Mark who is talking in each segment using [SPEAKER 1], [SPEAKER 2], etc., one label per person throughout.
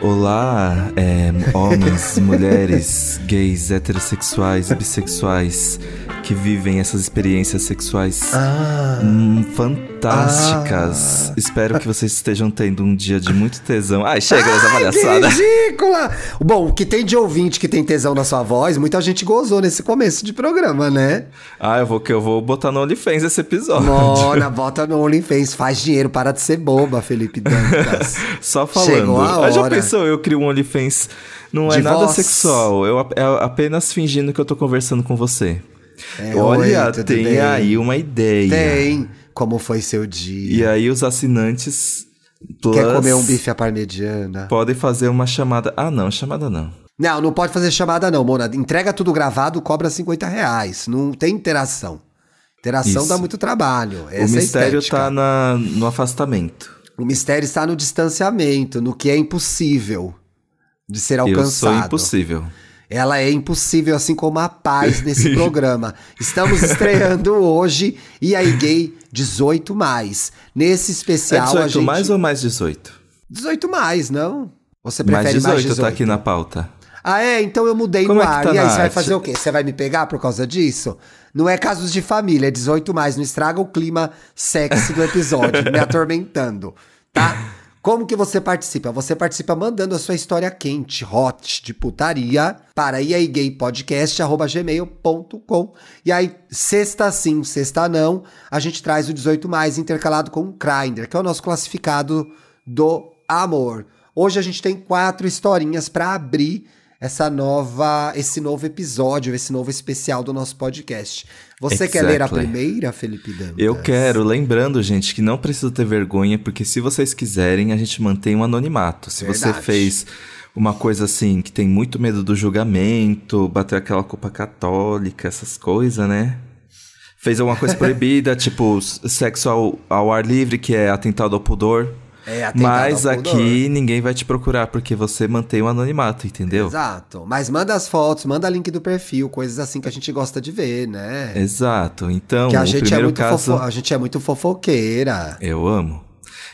[SPEAKER 1] Olá, é, homens, mulheres, gays, heterossexuais, bissexuais que vivem essas experiências sexuais
[SPEAKER 2] Ah.
[SPEAKER 1] hum, fantásticas.
[SPEAKER 2] Ah.
[SPEAKER 1] Espero que vocês estejam tendo um dia de muito tesão. Ai, chega dessa palhaçada.
[SPEAKER 2] Que ridícula! Bom, o que tem de ouvinte que tem tesão na sua voz, muita gente gozou nesse começo de programa, né?
[SPEAKER 1] Ah, eu vou que eu vou botar no OnlyFans esse episódio.
[SPEAKER 2] Mona, bota no OnlyFans, faz dinheiro, para de ser boba, Felipe Dantas.
[SPEAKER 1] Só falando.
[SPEAKER 2] Chegou a
[SPEAKER 1] Ah, Já
[SPEAKER 2] hora.
[SPEAKER 1] pensou, eu crio um OnlyFans. Não é
[SPEAKER 2] De
[SPEAKER 1] nada
[SPEAKER 2] voz.
[SPEAKER 1] sexual. Eu ap- é apenas fingindo que eu tô conversando com você.
[SPEAKER 2] É,
[SPEAKER 1] Olha,
[SPEAKER 2] oi, tudo
[SPEAKER 1] tem
[SPEAKER 2] bem?
[SPEAKER 1] aí uma ideia.
[SPEAKER 2] Tem. Como foi seu dia?
[SPEAKER 1] E aí os assinantes plus
[SPEAKER 2] É. Quer comer um bife à parmegiana?
[SPEAKER 1] podem fazer uma chamada. Ah, não, chamada não.
[SPEAKER 2] Não, não pode fazer chamada não, Mona. Entrega tudo gravado, cobra 50 reais. Não tem interação. Interação
[SPEAKER 1] Isso.
[SPEAKER 2] dá muito trabalho.
[SPEAKER 1] o
[SPEAKER 2] Essa
[SPEAKER 1] mistério
[SPEAKER 2] é a
[SPEAKER 1] tá
[SPEAKER 2] estética.
[SPEAKER 1] na, no afastamento.
[SPEAKER 2] O mistério está no distanciamento, no que é impossível de ser alcançado.
[SPEAKER 1] Eu sou impossível.
[SPEAKER 2] Ela é impossível, assim como a paz nesse programa. Estamos estreando hoje e aí gay 18 mais. Nesse
[SPEAKER 1] É
[SPEAKER 2] especial
[SPEAKER 1] 18
[SPEAKER 2] a gente
[SPEAKER 1] mais ou mais 18?
[SPEAKER 2] 18 mais, não? Você prefere
[SPEAKER 1] Mais 18,
[SPEAKER 2] mais 18?
[SPEAKER 1] tá aqui na pauta.
[SPEAKER 2] Ah, é? Então eu mudei
[SPEAKER 1] Como
[SPEAKER 2] no
[SPEAKER 1] é que
[SPEAKER 2] ar.
[SPEAKER 1] tá
[SPEAKER 2] e aí,
[SPEAKER 1] na
[SPEAKER 2] você vai
[SPEAKER 1] arte?
[SPEAKER 2] fazer o quê? Você vai me pegar por causa disso? Não é casos de família, é 18 mais. Não estraga o clima sexy do episódio, me atormentando, tá? Como que você participa? Você participa mandando a sua história quente, hot, de putaria, para iaigaypodcast.gmail.com. E aí, sexta sim, sexta não, a gente traz o 18 mais intercalado com o Grindr, que é o nosso classificado do amor. Hoje a gente tem quatro historinhas para abrir essa nova, esse novo episódio, esse novo especial do nosso podcast. Você quer ler a
[SPEAKER 1] Exactly.
[SPEAKER 2] primeira, Felipe Dantas?
[SPEAKER 1] Eu quero, lembrando, gente, que não precisa ter vergonha, porque se vocês quiserem, a gente mantém um anonimato. Se você
[SPEAKER 2] Verdade.
[SPEAKER 1] fez uma coisa assim, que tem muito medo do julgamento, bateu aquela culpa católica, essas coisas, né? Fez alguma coisa proibida, tipo s- sexo ao, ao ar livre, que é atentado ao pudor.
[SPEAKER 2] É, atentado
[SPEAKER 1] Mas
[SPEAKER 2] ao
[SPEAKER 1] aqui
[SPEAKER 2] pudor.
[SPEAKER 1] ninguém vai te procurar, porque você mantém o anonimato, entendeu?
[SPEAKER 2] Exato. Mas manda as fotos, manda link do perfil, coisas assim que a gente gosta de ver, né?
[SPEAKER 1] Exato. Então,
[SPEAKER 2] que a
[SPEAKER 1] o
[SPEAKER 2] gente é
[SPEAKER 1] primeiro
[SPEAKER 2] muito
[SPEAKER 1] caso...
[SPEAKER 2] fofo- a gente é muito fofoqueira.
[SPEAKER 1] Eu amo.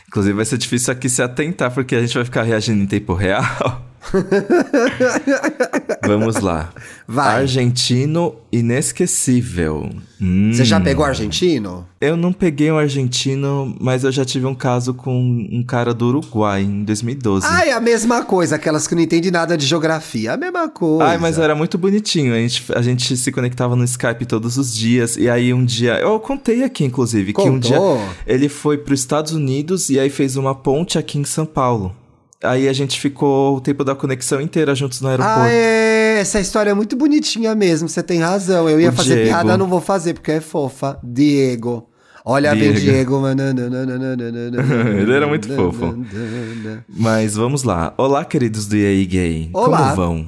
[SPEAKER 1] Inclusive, vai ser difícil aqui se atentar, porque a gente vai ficar reagindo em tempo real. Vamos lá.
[SPEAKER 2] Vai.
[SPEAKER 1] Argentino inesquecível. Hum.
[SPEAKER 2] Você já pegou argentino?
[SPEAKER 1] Eu não peguei um argentino, mas eu já tive um caso com um cara do Uruguai em 2012.
[SPEAKER 2] Ah, é a mesma coisa, aquelas que não entendem nada de geografia. A mesma coisa.
[SPEAKER 1] Ai, mas é era muito bonitinho. A gente, a gente se conectava no Skype todos os dias. E aí um dia. Eu contei aqui, inclusive, que um dia
[SPEAKER 2] Contou?
[SPEAKER 1] ele foi para os Estados Unidos e aí fez uma ponte aqui em São Paulo. Aí a gente ficou o tempo da conexão inteira juntos no aeroporto.
[SPEAKER 2] Ah, é. Essa história é muito bonitinha mesmo, você tem razão. Eu ia
[SPEAKER 1] O
[SPEAKER 2] fazer
[SPEAKER 1] Diego.
[SPEAKER 2] piada, não vou fazer, porque é fofa. Diego. Olha, vem
[SPEAKER 1] Diego.
[SPEAKER 2] Diego. Ele
[SPEAKER 1] era muito fofo. Mas vamos lá. Olá, queridos do EA Gay.
[SPEAKER 2] Olá.
[SPEAKER 1] Como vão?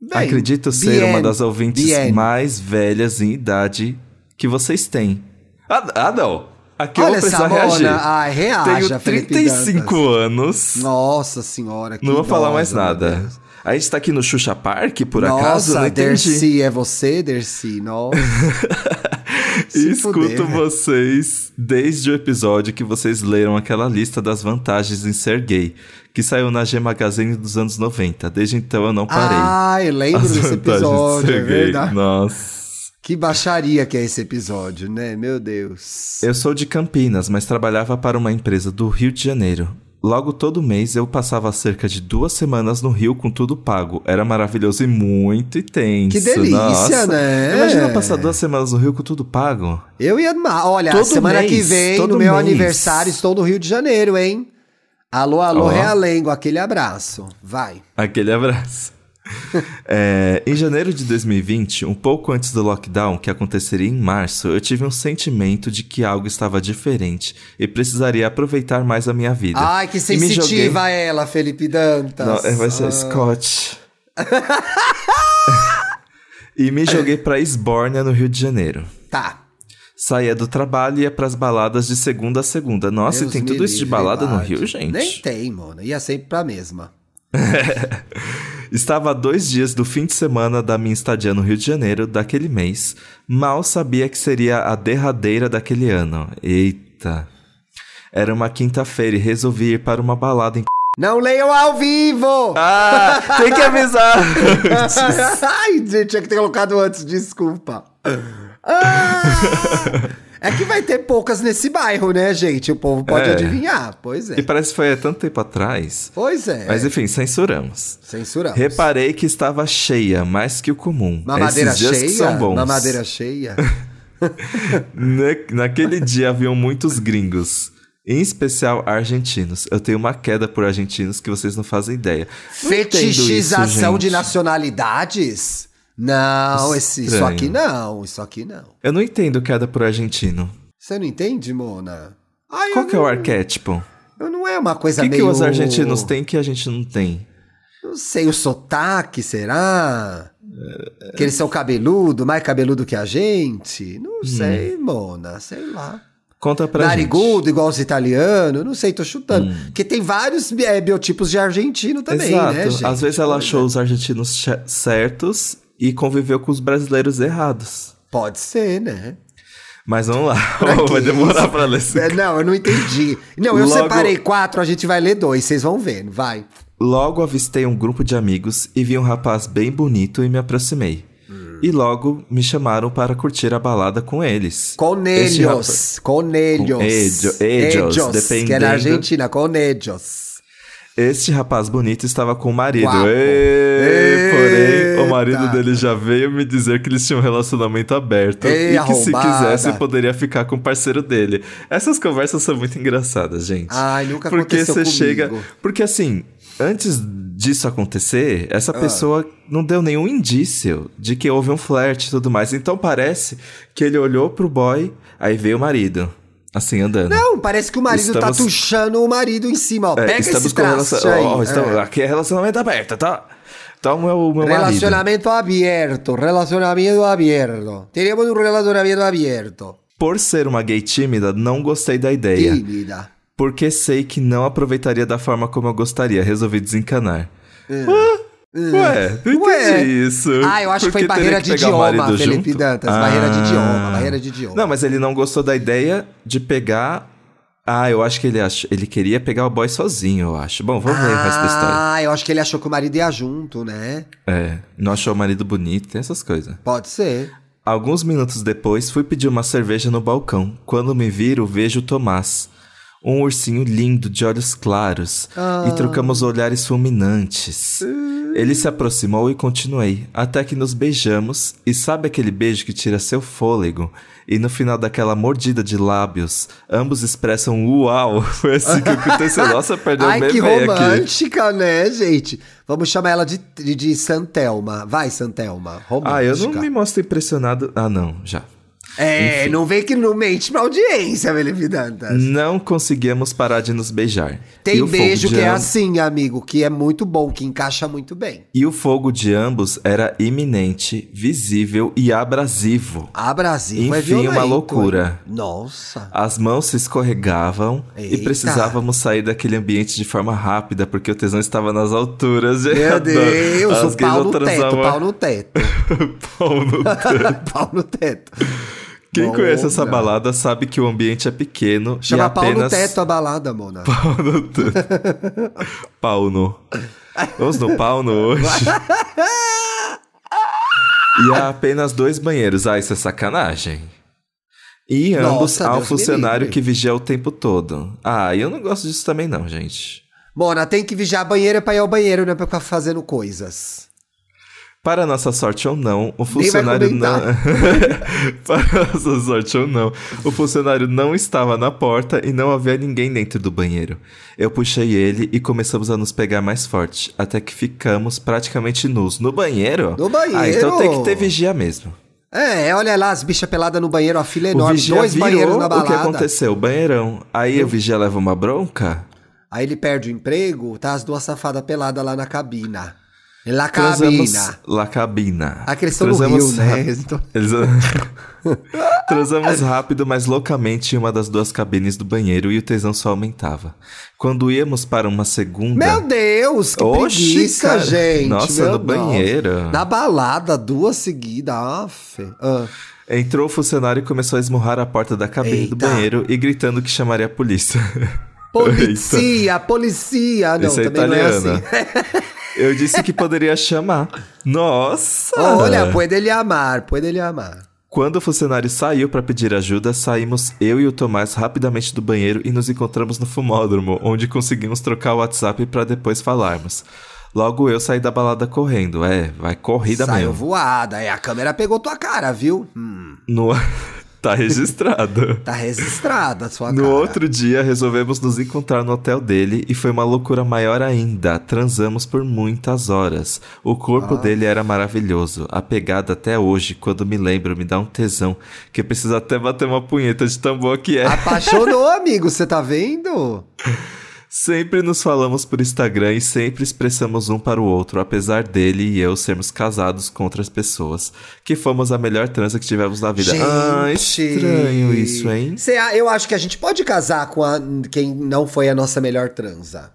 [SPEAKER 2] Bem,
[SPEAKER 1] Acredito ser
[SPEAKER 2] bien,
[SPEAKER 1] uma das ouvintes
[SPEAKER 2] bien.
[SPEAKER 1] mais velhas em idade que vocês têm. Ah, ah, não! Aqui eu
[SPEAKER 2] Olha
[SPEAKER 1] vou
[SPEAKER 2] essa
[SPEAKER 1] precisar
[SPEAKER 2] mona.
[SPEAKER 1] reagir.
[SPEAKER 2] Ai, reaja,
[SPEAKER 1] Tenho
[SPEAKER 2] Felipe
[SPEAKER 1] 35
[SPEAKER 2] Dantas.
[SPEAKER 1] anos.
[SPEAKER 2] Nossa senhora, que
[SPEAKER 1] Não vou falar
[SPEAKER 2] idosa,
[SPEAKER 1] mais
[SPEAKER 2] meu
[SPEAKER 1] nada.
[SPEAKER 2] Deus.
[SPEAKER 1] A gente tá aqui no Xuxa Park, por
[SPEAKER 2] Nossa,
[SPEAKER 1] acaso? Não entendi.
[SPEAKER 2] Dercy, é você, Dercy? Nossa. Se
[SPEAKER 1] E escuto
[SPEAKER 2] fuder, velho.
[SPEAKER 1] vocês desde o episódio que vocês leram aquela lista das vantagens em ser gay, que saiu na G Magazine dos anos 90. Desde então eu não parei.
[SPEAKER 2] Ah, eu lembro
[SPEAKER 1] As
[SPEAKER 2] desse
[SPEAKER 1] vantagens
[SPEAKER 2] episódio, é verdade.
[SPEAKER 1] Nossa.
[SPEAKER 2] Que baixaria que é esse episódio, né? Meu Deus.
[SPEAKER 1] Eu sou de Campinas, mas trabalhava para uma empresa do Rio de Janeiro. Logo todo mês eu passava cerca de duas semanas no Rio com tudo pago. Era maravilhoso e muito intenso.
[SPEAKER 2] Que delícia,
[SPEAKER 1] Nossa.
[SPEAKER 2] né?
[SPEAKER 1] Imagina passar duas semanas no Rio com tudo pago.
[SPEAKER 2] Eu ia amar. Olha,
[SPEAKER 1] Todo
[SPEAKER 2] semana
[SPEAKER 1] mês,
[SPEAKER 2] que vem,
[SPEAKER 1] todo
[SPEAKER 2] no meu
[SPEAKER 1] mês.
[SPEAKER 2] aniversário, estou no Rio de Janeiro, hein? Alô, alô,
[SPEAKER 1] Ó.
[SPEAKER 2] Realengo, aquele abraço. Vai.
[SPEAKER 1] Aquele abraço. É, em janeiro de 2020, um pouco antes do lockdown, que aconteceria em março, eu tive um sentimento de que algo estava diferente e precisaria aproveitar mais a minha vida.
[SPEAKER 2] Ai, que
[SPEAKER 1] E me
[SPEAKER 2] sensitiva ela, Felipe Dantas.
[SPEAKER 1] Não, é, vai ser
[SPEAKER 2] Ah.
[SPEAKER 1] Scott. e me joguei pra Esbórnia, no Rio de Janeiro.
[SPEAKER 2] Tá.
[SPEAKER 1] Saía do trabalho e ia pras baladas de segunda a segunda. Nossa,
[SPEAKER 2] Deus
[SPEAKER 1] e tem
[SPEAKER 2] me
[SPEAKER 1] tudo isso de
[SPEAKER 2] livre,
[SPEAKER 1] balada no
[SPEAKER 2] verdade.
[SPEAKER 1] Rio, gente?
[SPEAKER 2] Nem tem, mano. Ia sempre pra mesma.
[SPEAKER 1] Estava a dois dias do fim de semana da minha estadia no Rio de Janeiro daquele mês. Mal sabia que seria a derradeira daquele ano. Eita. Era uma quinta-feira e resolvi ir para uma balada em
[SPEAKER 2] Não leiam ao vivo!
[SPEAKER 1] Ah, tem que avisar.
[SPEAKER 2] Ai, gente, tinha que ter colocado antes, desculpa. Ah! É que vai ter poucas nesse bairro, né, gente? O povo pode
[SPEAKER 1] É.
[SPEAKER 2] adivinhar. Pois é.
[SPEAKER 1] e parece que foi há tanto tempo atrás.
[SPEAKER 2] Pois é.
[SPEAKER 1] Mas enfim, censuramos.
[SPEAKER 2] Censuramos.
[SPEAKER 1] Reparei que estava cheia, mais que o comum.
[SPEAKER 2] Mamadeira
[SPEAKER 1] Esses dias que
[SPEAKER 2] cheia?
[SPEAKER 1] são bons.
[SPEAKER 2] Mamadeira cheia?
[SPEAKER 1] Na- naquele dia haviam muitos gringos. Em especial argentinos. Eu tenho uma queda por argentinos que vocês não fazem ideia. Não entendo isso,
[SPEAKER 2] Fetichização de
[SPEAKER 1] gente.
[SPEAKER 2] nacionalidades? Não, esse, isso
[SPEAKER 1] Estranho.
[SPEAKER 2] aqui não, isso aqui não.
[SPEAKER 1] Eu não entendo queda por argentino.
[SPEAKER 2] Você não entende, Mona? Ai,
[SPEAKER 1] Qual
[SPEAKER 2] eu
[SPEAKER 1] que é o
[SPEAKER 2] não-
[SPEAKER 1] arquétipo?
[SPEAKER 2] Eu não é uma
[SPEAKER 1] O
[SPEAKER 2] coisa
[SPEAKER 1] que, que
[SPEAKER 2] meio...
[SPEAKER 1] os argentinos têm que a gente não tem?
[SPEAKER 2] Não sei, o sotaque, será? Que eles são cabeludo, mais cabeludo que a gente? Não sei, Mona, sei lá.
[SPEAKER 1] Conta Hum. pra Hum.
[SPEAKER 2] Narigudo, igual os italianos, não sei, tô chutando. Porque tem vários é, biotipos de argentino
[SPEAKER 1] gente.
[SPEAKER 2] também,
[SPEAKER 1] Exato.
[SPEAKER 2] né, gente?
[SPEAKER 1] Às vezes ela achou os argentinos che- certos e conviveu com os brasileiros errados.
[SPEAKER 2] Pode ser, né?
[SPEAKER 1] Mas vamos lá.
[SPEAKER 2] Pra que
[SPEAKER 1] Vai demorar
[SPEAKER 2] isso?
[SPEAKER 1] pra ler esse
[SPEAKER 2] É, não, eu não entendi. Não, eu
[SPEAKER 1] Logo-
[SPEAKER 2] separei quatro, a gente vai ler dois, vocês vão vendo, vai.
[SPEAKER 1] Logo avistei um grupo de amigos e vi um rapaz bem bonito e me aproximei. E logo me chamaram para curtir a balada com eles. Este rapa-
[SPEAKER 2] Conelhos, Conelhos.
[SPEAKER 1] Com- Ellos, ellos,
[SPEAKER 2] que é
[SPEAKER 1] dependendo.
[SPEAKER 2] na Argentina, Conelhos.
[SPEAKER 1] Este rapaz bonito estava com o marido.
[SPEAKER 2] Guapo.
[SPEAKER 1] Ê, Porém, o marido
[SPEAKER 2] Eita.
[SPEAKER 1] dele já veio me dizer que eles tinham um relacionamento aberto
[SPEAKER 2] Ei,
[SPEAKER 1] e que se
[SPEAKER 2] arrombada.
[SPEAKER 1] quisesse poderia ficar com o parceiro dele. Essas conversas são muito engraçadas, gente.
[SPEAKER 2] Ai, nunca
[SPEAKER 1] porque
[SPEAKER 2] aconteceu
[SPEAKER 1] você
[SPEAKER 2] comigo.
[SPEAKER 1] chega. Porque assim, antes disso acontecer, essa
[SPEAKER 2] Ah.
[SPEAKER 1] pessoa não deu nenhum indício de que houve um flerte e tudo mais. Então parece que ele olhou pro boy, aí veio o marido, assim, andando.
[SPEAKER 2] Não, parece que o marido
[SPEAKER 1] Estamos-
[SPEAKER 2] tá tuchando o marido em cima, ó.
[SPEAKER 1] É,
[SPEAKER 2] Pega esse
[SPEAKER 1] com
[SPEAKER 2] traço
[SPEAKER 1] relacion-
[SPEAKER 2] aí.
[SPEAKER 1] ó, ó, estamos-
[SPEAKER 2] É.
[SPEAKER 1] Aqui é relacionamento aberto, tá? Então é o meu marido.
[SPEAKER 2] Relacionamento abierto, relacionamento abierto. Teremos um relacionamento abierto.
[SPEAKER 1] Por ser uma gay tímida, não gostei da ideia.
[SPEAKER 2] Tímida.
[SPEAKER 1] Porque sei que não aproveitaria da forma como eu gostaria. Resolvi desencanar. Ah, Ué, não
[SPEAKER 2] Ué.
[SPEAKER 1] entendi isso.
[SPEAKER 2] Ah, eu acho que
[SPEAKER 1] Por
[SPEAKER 2] foi
[SPEAKER 1] teria
[SPEAKER 2] barreira
[SPEAKER 1] que
[SPEAKER 2] de
[SPEAKER 1] pegar o
[SPEAKER 2] idioma,
[SPEAKER 1] marido
[SPEAKER 2] Felipe
[SPEAKER 1] junto?
[SPEAKER 2] Dantas. Barreira de
[SPEAKER 1] Ah.
[SPEAKER 2] idioma, barreira de idioma.
[SPEAKER 1] Não, mas ele não gostou da ideia de pegar... Ah, eu acho que ele, ach... ele queria pegar o boy sozinho, eu acho. Bom, vamos ler o resto da história.
[SPEAKER 2] Ah, eu acho que ele achou que o marido ia junto, né?
[SPEAKER 1] É, não achou o marido bonito, tem essas coisas.
[SPEAKER 2] Pode ser.
[SPEAKER 1] Alguns minutos depois, fui pedir uma cerveja no balcão. Quando me viro, vejo o Tomás. Um ursinho lindo, de olhos claros.
[SPEAKER 2] Ah.
[SPEAKER 1] E trocamos olhares fulminantes. Ele se aproximou e continuei, até que nos beijamos. E sabe aquele beijo que tira seu fôlego? E no final daquela mordida de lábios, ambos expressam uau. Foi assim que aconteceu. Nossa, perdeu o
[SPEAKER 2] Ai,
[SPEAKER 1] bebê
[SPEAKER 2] que
[SPEAKER 1] aqui.
[SPEAKER 2] romântica, né, gente? Vamos chamar ela de, de, de Santelma. Vai, Santelma. Romântica.
[SPEAKER 1] Ah, eu não me mostro impressionado. Ah, não, já.
[SPEAKER 2] É, não vem que não mente pra audiência, Felipe Dantas.
[SPEAKER 1] Não conseguimos parar de nos beijar. Hum. E
[SPEAKER 2] Tem
[SPEAKER 1] o fogo
[SPEAKER 2] beijo
[SPEAKER 1] de
[SPEAKER 2] que é
[SPEAKER 1] am-
[SPEAKER 2] assim, amigo, que é muito bom, que encaixa muito bem.
[SPEAKER 1] E o fogo de ambos era iminente, visível e abrasivo.
[SPEAKER 2] A Brasil é
[SPEAKER 1] Enfim, uma
[SPEAKER 2] violento,
[SPEAKER 1] loucura.
[SPEAKER 2] hein? Nossa.
[SPEAKER 1] As mãos se escorregavam e
[SPEAKER 2] Eita.
[SPEAKER 1] precisávamos sair daquele ambiente de forma rápida, porque o tesão estava nas alturas.
[SPEAKER 2] Meu
[SPEAKER 1] Adoro.
[SPEAKER 2] Deus,
[SPEAKER 1] As gays
[SPEAKER 2] o
[SPEAKER 1] não
[SPEAKER 2] pau no teto,
[SPEAKER 1] transavam-
[SPEAKER 2] pau no teto.
[SPEAKER 1] Pau no
[SPEAKER 2] pau no teto.
[SPEAKER 1] Quem
[SPEAKER 2] Bom,
[SPEAKER 1] conhece essa
[SPEAKER 2] né?
[SPEAKER 1] balada sabe que o ambiente é pequeno e
[SPEAKER 2] Chama
[SPEAKER 1] apenas...
[SPEAKER 2] pau no teto a balada, Mona.
[SPEAKER 1] Pau no teto. pau no. Vamos no pau no hoje. e há apenas dois banheiros. Ah, isso é sacanagem. E ambos
[SPEAKER 2] Nossa,
[SPEAKER 1] há um
[SPEAKER 2] Deus me
[SPEAKER 1] funcionário
[SPEAKER 2] livre.
[SPEAKER 1] que vigia o tempo todo. Ah, eu não gosto disso também não, gente.
[SPEAKER 2] Mona, tem que vigiar a banheira pra ir ao banheiro, não é pra ficar fazendo coisas.
[SPEAKER 1] Para nossa sorte ou não, o
[SPEAKER 2] vai
[SPEAKER 1] funcionário não.
[SPEAKER 2] comentar.
[SPEAKER 1] Para nossa sorte ou não, o funcionário não estava na porta e não havia ninguém dentro do banheiro. Eu puxei ele e começamos a nos pegar mais forte, até que ficamos praticamente nus no banheiro.
[SPEAKER 2] No banheiro?
[SPEAKER 1] Ah, então tem que ter vigia mesmo.
[SPEAKER 2] É, olha lá as bichas peladas no banheiro, a fila é
[SPEAKER 1] o
[SPEAKER 2] enorme,
[SPEAKER 1] vigia
[SPEAKER 2] dois
[SPEAKER 1] virou
[SPEAKER 2] banheiros na
[SPEAKER 1] o que
[SPEAKER 2] balada.
[SPEAKER 1] aconteceu, banheirão. Aí o vigia leva uma bronca.
[SPEAKER 2] Aí ele perde o emprego, tá as duas safadas peladas lá na cabina. La
[SPEAKER 1] Transamos
[SPEAKER 2] cabina.
[SPEAKER 1] La cabina.
[SPEAKER 2] Ah, que eles estão no
[SPEAKER 1] Transamos
[SPEAKER 2] Rio, né?
[SPEAKER 1] ra-
[SPEAKER 2] Eles tão-
[SPEAKER 1] Eles... Transamos rápido, mas loucamente em uma das duas cabines do banheiro e o tesão só aumentava. Quando íamos para uma segunda.
[SPEAKER 2] Meu Deus, que
[SPEAKER 1] Oxi,
[SPEAKER 2] preguiça,
[SPEAKER 1] cara.
[SPEAKER 2] gente.
[SPEAKER 1] Nossa,
[SPEAKER 2] meu
[SPEAKER 1] no
[SPEAKER 2] Deus.
[SPEAKER 1] banheiro.
[SPEAKER 2] Na balada, duas seguidas. Aff. Ah.
[SPEAKER 1] Entrou o funcionário e começou a esmurrar a porta da cabine do
[SPEAKER 2] Eita.
[SPEAKER 1] banheiro e gritando que chamaria a polícia.
[SPEAKER 2] Polícia, polícia. Ah, Não,
[SPEAKER 1] Isso é
[SPEAKER 2] também não é
[SPEAKER 1] italiana.
[SPEAKER 2] assim.
[SPEAKER 1] Eu disse que poderia chamar. Nossa!
[SPEAKER 2] Olha, pode ele amar, pode ele amar.
[SPEAKER 1] Quando o funcionário saiu para pedir ajuda, saímos eu e o Tomás rapidamente do banheiro e nos encontramos no fumódromo, onde conseguimos trocar o WhatsApp para depois falarmos. Logo eu saí da balada correndo. É, vai corrida
[SPEAKER 2] Saiu
[SPEAKER 1] mesmo.
[SPEAKER 2] voada. E a câmera pegou tua cara, viu? Hum,
[SPEAKER 1] No... tá registrado.
[SPEAKER 2] tá registrada a sua
[SPEAKER 1] No
[SPEAKER 2] cara.
[SPEAKER 1] outro dia, resolvemos nos encontrar no hotel dele e foi uma loucura maior ainda. Transamos por muitas horas. O
[SPEAKER 2] Ah.
[SPEAKER 1] corpo dele era maravilhoso. A pegada até hoje, quando me lembro, me dá um tesão que eu preciso até bater uma punheta de tão boa que é.
[SPEAKER 2] Apaixonou, amigo, você tá vendo?
[SPEAKER 1] Sempre nos falamos por Instagram e sempre expressamos um para o outro, apesar dele e eu sermos casados com outras pessoas, que fomos a melhor transa que tivemos na vida. Ah, estranho isso, hein?
[SPEAKER 2] Cê a- eu acho que a gente pode casar com a- quem não foi a nossa melhor transa.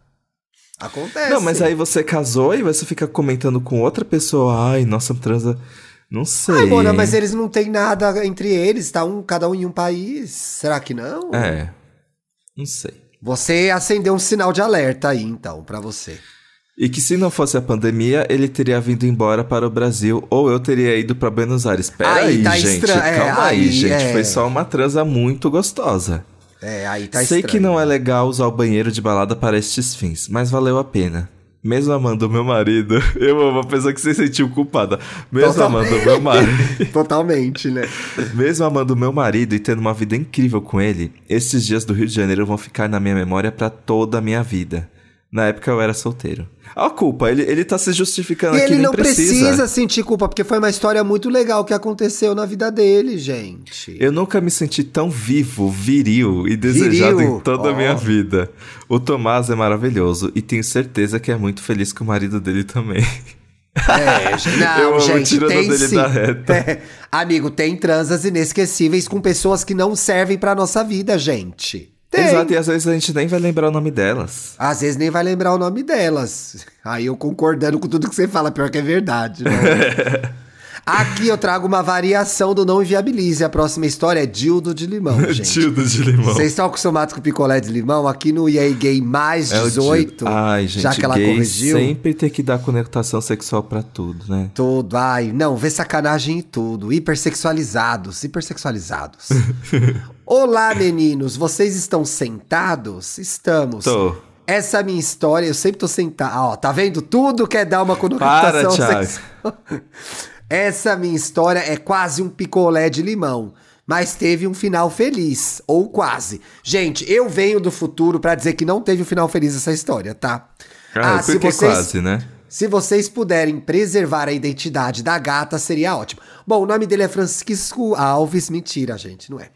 [SPEAKER 2] Acontece.
[SPEAKER 1] Não, mas aí você casou e você fica comentando com outra pessoa. Ai, nossa transa. Não sei.
[SPEAKER 2] Ai, Mona, mas
[SPEAKER 1] hein?
[SPEAKER 2] eles não têm nada entre eles, tá um, cada um em um país. Será que não?
[SPEAKER 1] É. Não sei.
[SPEAKER 2] Você acendeu um sinal de alerta aí, então, pra você.
[SPEAKER 1] E que se não fosse a pandemia, ele teria vindo embora para o Brasil ou eu teria ido para Buenos Aires. Pera
[SPEAKER 2] Aí
[SPEAKER 1] aí,
[SPEAKER 2] tá
[SPEAKER 1] gente.
[SPEAKER 2] estranho, é,
[SPEAKER 1] Calma aí,
[SPEAKER 2] aí,
[SPEAKER 1] gente.
[SPEAKER 2] é.
[SPEAKER 1] Foi só uma transa muito gostosa.
[SPEAKER 2] É, aí tá
[SPEAKER 1] Sei
[SPEAKER 2] estranho.
[SPEAKER 1] que não é legal usar o banheiro de balada para estes fins, mas valeu a pena. Mesmo amando o meu marido, eu amo a pessoa que se sentiu culpada. Mesmo
[SPEAKER 2] Totalmente.
[SPEAKER 1] amando o meu marido.
[SPEAKER 2] Totalmente, né?
[SPEAKER 1] Mesmo amando meu marido e tendo uma vida incrível com ele, esses dias do Rio de Janeiro vão ficar na minha memória pra toda a minha vida. Na época eu era solteiro. Ó a culpa, ele, ele tá se justificando
[SPEAKER 2] E
[SPEAKER 1] aqui,
[SPEAKER 2] ele
[SPEAKER 1] nem
[SPEAKER 2] não precisa.
[SPEAKER 1] precisa.
[SPEAKER 2] sentir culpa, porque foi uma história muito legal que aconteceu na vida dele, gente.
[SPEAKER 1] Eu nunca me senti tão vivo, viril e desejado
[SPEAKER 2] Viril,
[SPEAKER 1] em toda a
[SPEAKER 2] ó.
[SPEAKER 1] minha vida. O Tomás é maravilhoso e tenho certeza que é muito feliz com o marido dele também.
[SPEAKER 2] É, gente, não,
[SPEAKER 1] eu amo
[SPEAKER 2] gente,
[SPEAKER 1] tirando
[SPEAKER 2] tem
[SPEAKER 1] dele
[SPEAKER 2] sim.
[SPEAKER 1] da reta.
[SPEAKER 2] É. Amigo, tem transas inesquecíveis com pessoas que não servem pra nossa vida, gente. Tem.
[SPEAKER 1] Exato, e às vezes a gente nem vai lembrar o nome delas.
[SPEAKER 2] Às vezes nem vai lembrar o nome delas. Aí eu concordando com tudo que você fala, pior que é verdade. né? Aqui eu trago uma variação do não inviabilize. A próxima história é dildo de limão, gente.
[SPEAKER 1] Tildo de limão.
[SPEAKER 2] Vocês estão acostumados com picolé de limão? Aqui no EA Gay mais
[SPEAKER 1] É o
[SPEAKER 2] 18,
[SPEAKER 1] dia- Ai, gente,
[SPEAKER 2] já que ela
[SPEAKER 1] gay
[SPEAKER 2] corrigiu.
[SPEAKER 1] sempre tem que dar conectação sexual pra tudo, né?
[SPEAKER 2] Tudo, ai, não, vê sacanagem em tudo. Hipersexualizados, hipersexualizados. Olá, meninos, vocês estão sentados? Estamos.
[SPEAKER 1] Tô.
[SPEAKER 2] Essa é minha história, eu sempre tô sentado. Ó, tá vendo? Tudo quer dar uma
[SPEAKER 1] Para,
[SPEAKER 2] conotação
[SPEAKER 1] Thiago.
[SPEAKER 2] sexual. Essa minha história é quase um picolé de limão, mas teve um final feliz, ou quase. Gente, eu venho do futuro pra dizer que não teve um final feliz essa história, tá?
[SPEAKER 1] Ah, porque quase, né?
[SPEAKER 2] Se vocês puderem preservar a identidade da gata, seria ótimo. Bom, o nome dele é Francisco Alves. Mentira, gente, não é.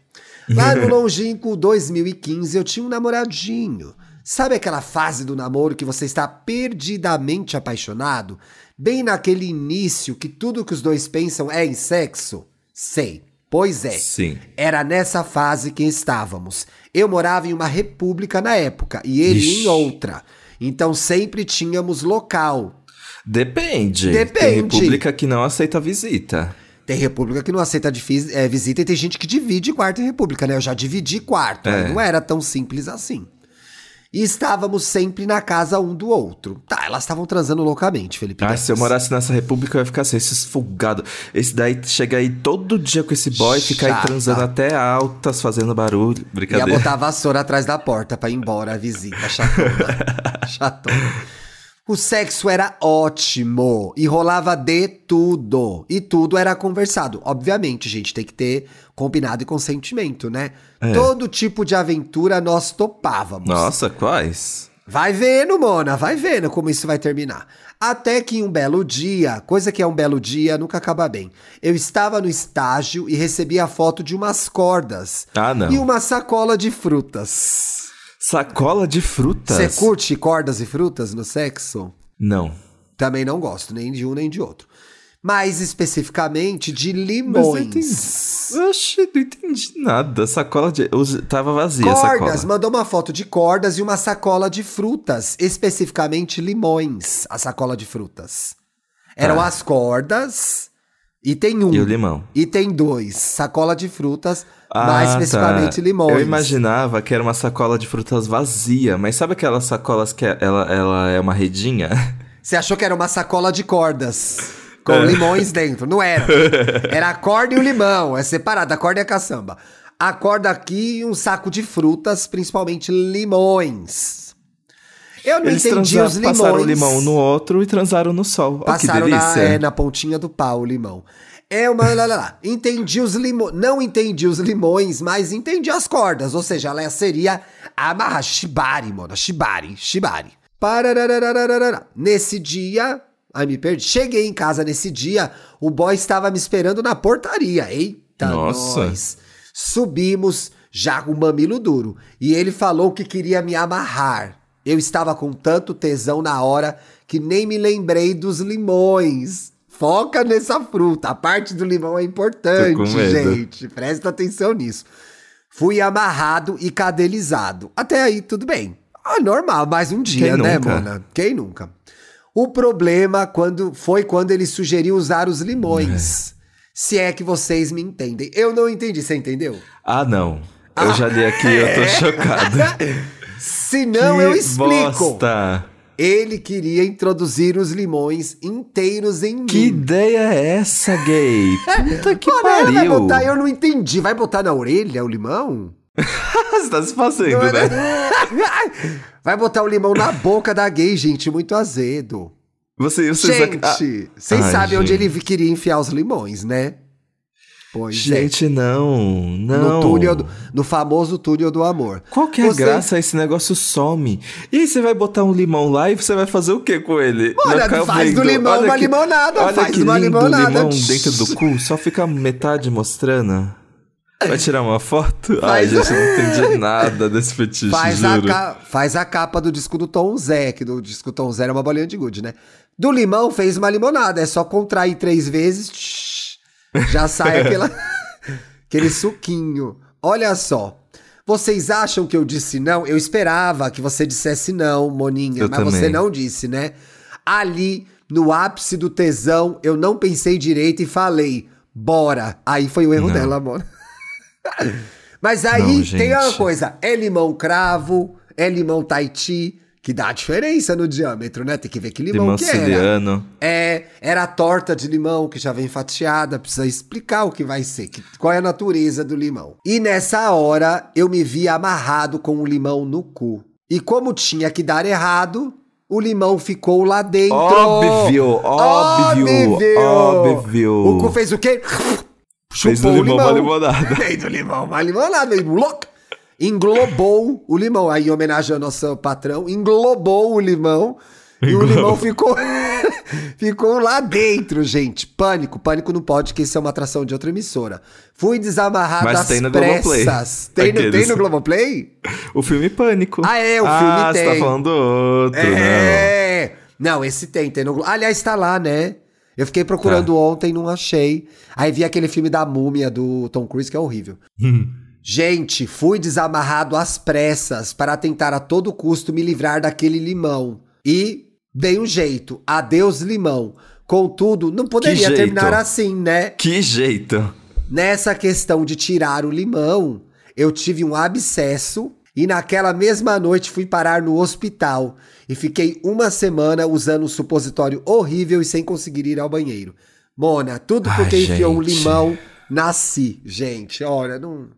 [SPEAKER 2] Lá no longínquo 2015, eu tinha um namoradinho. Sabe aquela fase do namoro que você está perdidamente apaixonado? Bem naquele início que tudo que os dois pensam é em sexo? Sei. Pois é.
[SPEAKER 1] Sim.
[SPEAKER 2] Era nessa fase que estávamos. Eu morava em uma república na época e ele
[SPEAKER 1] Ixi.
[SPEAKER 2] em outra. Então sempre tínhamos local.
[SPEAKER 1] Depende. Tem
[SPEAKER 2] Depende.
[SPEAKER 1] república que não aceita visita.
[SPEAKER 2] Tem república que não aceita difi- eh, visita e tem gente que divide quarto em república, né? Eu já dividi quarto,
[SPEAKER 1] É.
[SPEAKER 2] né? não era tão simples assim. E estávamos sempre na casa um do outro. Tá, elas estavam transando loucamente, Felipe.
[SPEAKER 1] Ah,
[SPEAKER 2] Neves.
[SPEAKER 1] se eu morasse nessa república, eu ia ficar assim, esse esfogado. Esse daí chega aí todo dia com esse boy, ficar aí
[SPEAKER 2] Chata.
[SPEAKER 1] transando até altas, fazendo barulho.
[SPEAKER 2] Ia
[SPEAKER 1] Brincadeira.
[SPEAKER 2] botar a vassoura atrás da porta pra ir embora a visita chatona. chatona. O sexo era ótimo e rolava de tudo. E tudo era conversado. Obviamente, gente, tem que ter combinado e consentimento, né?
[SPEAKER 1] É.
[SPEAKER 2] Todo tipo de aventura nós topávamos.
[SPEAKER 1] Nossa, quais?
[SPEAKER 2] Vai vendo, Mona, vai vendo como isso vai terminar. Até que um belo dia, coisa que é um belo dia, nunca acaba bem. Eu estava no estágio e recebi a foto de umas cordas
[SPEAKER 1] Ah, não.
[SPEAKER 2] e uma sacola de frutas.
[SPEAKER 1] Sacola de frutas?
[SPEAKER 2] Você curte cordas e frutas no sexo?
[SPEAKER 1] Não.
[SPEAKER 2] Também não gosto, nem de um nem de outro. Mais especificamente de
[SPEAKER 1] Mas não
[SPEAKER 2] limões.
[SPEAKER 1] entendi. Oxi, não entendi nada. Sacola de. Os- Tava vazia a
[SPEAKER 2] cordas,
[SPEAKER 1] sacola.
[SPEAKER 2] mandou uma foto de cordas e uma sacola de frutas, especificamente limões, a sacola de frutas. Eram
[SPEAKER 1] Tá.
[SPEAKER 2] as cordas, E tem um.
[SPEAKER 1] E o limão.
[SPEAKER 2] E tem dois. Sacola de frutas,
[SPEAKER 1] Ah,
[SPEAKER 2] mais
[SPEAKER 1] tá.
[SPEAKER 2] especificamente limões.
[SPEAKER 1] Eu imaginava que era uma sacola de frutas vazia, mas sabe aquelas sacolas que ela, ela é uma redinha?
[SPEAKER 2] Você achou que era uma sacola de cordas com
[SPEAKER 1] É.
[SPEAKER 2] limões dentro? Não era. Era a corda e o limão. É separado, a corda e a caçamba. A corda aqui e um saco de frutas, principalmente limões. Eu não
[SPEAKER 1] Eles
[SPEAKER 2] entendi
[SPEAKER 1] transa-
[SPEAKER 2] os limões.
[SPEAKER 1] passaram o limão no outro e transaram no sol. Olha
[SPEAKER 2] Passaram
[SPEAKER 1] que
[SPEAKER 2] na, é,
[SPEAKER 1] delícia.
[SPEAKER 2] na pontinha do pau o limão. É uma. lá, lá, lá. Entendi os limões. Não entendi os limões, mas entendi as cordas. Ou seja, ela seria amarrar. Shibari, mano. Shibari. Shibari. Pararararararara. Nesse dia. Ai, me perdi. Cheguei em casa nesse dia. O boy estava me esperando na portaria. Eita,
[SPEAKER 1] Nossa.
[SPEAKER 2] nós. Subimos, já com o mamilo duro. E ele falou que queria me amarrar. Eu estava com tanto tesão na hora que nem me lembrei dos limões. Foca nessa fruta. A parte do limão é
[SPEAKER 1] Tô
[SPEAKER 2] importante,
[SPEAKER 1] com medo.
[SPEAKER 2] gente. Presta atenção nisso. Fui amarrado e cadelizado. Até aí, tudo bem. Ah, normal, mais um dia,
[SPEAKER 1] Quem
[SPEAKER 2] né,
[SPEAKER 1] nunca?
[SPEAKER 2] Mona? Quem nunca? O problema quando foi quando ele sugeriu usar os limões. Se é que vocês me entendem. Eu não entendi, você entendeu?
[SPEAKER 1] Ah, não. Eu já li aqui e eu tô chocado.
[SPEAKER 2] Se É. não,
[SPEAKER 1] Que
[SPEAKER 2] eu explico.
[SPEAKER 1] Bosta.
[SPEAKER 2] Ele queria introduzir os limões inteiros em
[SPEAKER 1] Que
[SPEAKER 2] mim.
[SPEAKER 1] ideia é essa, gay? Puta que
[SPEAKER 2] Mano, ela vai
[SPEAKER 1] pariu.
[SPEAKER 2] botar, eu não entendi. Vai botar na orelha o limão?
[SPEAKER 1] Você tá se fazendo, né?
[SPEAKER 2] é
[SPEAKER 1] é
[SPEAKER 2] Vai botar o limão na boca da gay, gente, muito azedo.
[SPEAKER 1] Você, Ah, você
[SPEAKER 2] Gente, vocês
[SPEAKER 1] Ai,
[SPEAKER 2] sabem onde
[SPEAKER 1] gente.
[SPEAKER 2] ele queria enfiar os limões, né? Pois
[SPEAKER 1] Gente, não.
[SPEAKER 2] é.
[SPEAKER 1] Não.
[SPEAKER 2] No, túnel do- no famoso túnel do amor.
[SPEAKER 1] Qual que é a
[SPEAKER 2] Você-
[SPEAKER 1] graça? Esse negócio some. E aí você vai botar um limão lá e você vai fazer o que com ele? Vai
[SPEAKER 2] Olha,
[SPEAKER 1] ficar
[SPEAKER 2] faz do
[SPEAKER 1] vendo,
[SPEAKER 2] limão
[SPEAKER 1] olha
[SPEAKER 2] uma
[SPEAKER 1] que-
[SPEAKER 2] limonada,
[SPEAKER 1] Olha
[SPEAKER 2] faz
[SPEAKER 1] que
[SPEAKER 2] uma
[SPEAKER 1] lindo o
[SPEAKER 2] limonada.
[SPEAKER 1] limão dentro do cu, só fica metade mostrando. Vai tirar uma foto? Ai,
[SPEAKER 2] Faz-
[SPEAKER 1] gente, eu não entendi nada desse fetiche,
[SPEAKER 2] Faz a,
[SPEAKER 1] juro.
[SPEAKER 2] ca- faz a capa do disco do Tom Zé, que do disco Tom Zé era uma bolinha de gude, né? Do limão fez uma limonada, é só contrair três vezes, tsh, já sai aquela, aquele suquinho. Olha só, vocês acham que eu disse não? Eu esperava que você dissesse não, Moninha,
[SPEAKER 1] Eu
[SPEAKER 2] mas você
[SPEAKER 1] também.
[SPEAKER 2] não disse, né? Ali, no ápice do tesão, eu não pensei direito e falei, bora. Aí foi o erro
[SPEAKER 1] Não.
[SPEAKER 2] dela, Mona. Mas aí
[SPEAKER 1] Não,
[SPEAKER 2] tem uma
[SPEAKER 1] gente.
[SPEAKER 2] coisa: é limão cravo, é limão Tahiti, que dá a diferença no diâmetro, né? Tem que ver que limão,
[SPEAKER 1] Limão
[SPEAKER 2] que era.
[SPEAKER 1] siciliano.
[SPEAKER 2] É, era a torta de limão que já vem fatiada, precisa explicar o que vai ser, que- qual é a natureza do limão. E nessa hora eu me vi amarrado com um limão no cu. E como tinha que dar errado, o limão ficou lá dentro.
[SPEAKER 1] Óbvio, óbvio,
[SPEAKER 2] Óbvio!
[SPEAKER 1] óbvio.
[SPEAKER 2] O cu fez o quê?
[SPEAKER 1] Fez do
[SPEAKER 2] Chupou o
[SPEAKER 1] limão uma
[SPEAKER 2] limão.
[SPEAKER 1] limonada.
[SPEAKER 2] Fez do limão é uma limonada. e bloc, Englobou o limão. Aí, em homenagem ao nosso patrão, englobou o limão. E o limão ficou, ficou lá dentro, gente. Pânico, pânico não pode, que isso é uma atração de outra emissora. Fui desamarrado
[SPEAKER 1] Mas
[SPEAKER 2] às
[SPEAKER 1] tem no Globoplay.
[SPEAKER 2] pressas. Tem no, tem
[SPEAKER 1] Aqueles.
[SPEAKER 2] no Globoplay?
[SPEAKER 1] O filme Pânico.
[SPEAKER 2] Ah, é, o
[SPEAKER 1] Ah,
[SPEAKER 2] filme
[SPEAKER 1] você
[SPEAKER 2] tem.
[SPEAKER 1] tá falando do outro, não.
[SPEAKER 2] É. Não, esse tem, tem no Glo- Aliás, tá lá, né? Eu fiquei procurando
[SPEAKER 1] Tá.
[SPEAKER 2] ontem, não achei. Aí vi aquele filme da múmia do Tom Cruise, que é horrível. Gente, fui desamarrado às pressas para tentar a todo custo me livrar daquele limão. E dei um jeito. Adeus, limão. Contudo, não poderia
[SPEAKER 1] jeito?
[SPEAKER 2] terminar assim, né?
[SPEAKER 1] Que jeito.
[SPEAKER 2] Nessa questão de tirar o limão, eu tive um abscesso e naquela mesma noite fui parar no hospital e fiquei uma semana usando um supositório horrível e sem conseguir ir ao banheiro. Mona, tudo porque
[SPEAKER 1] Ai,
[SPEAKER 2] enfiou um
[SPEAKER 1] gente.
[SPEAKER 2] limão, nasci. Gente, olha, não.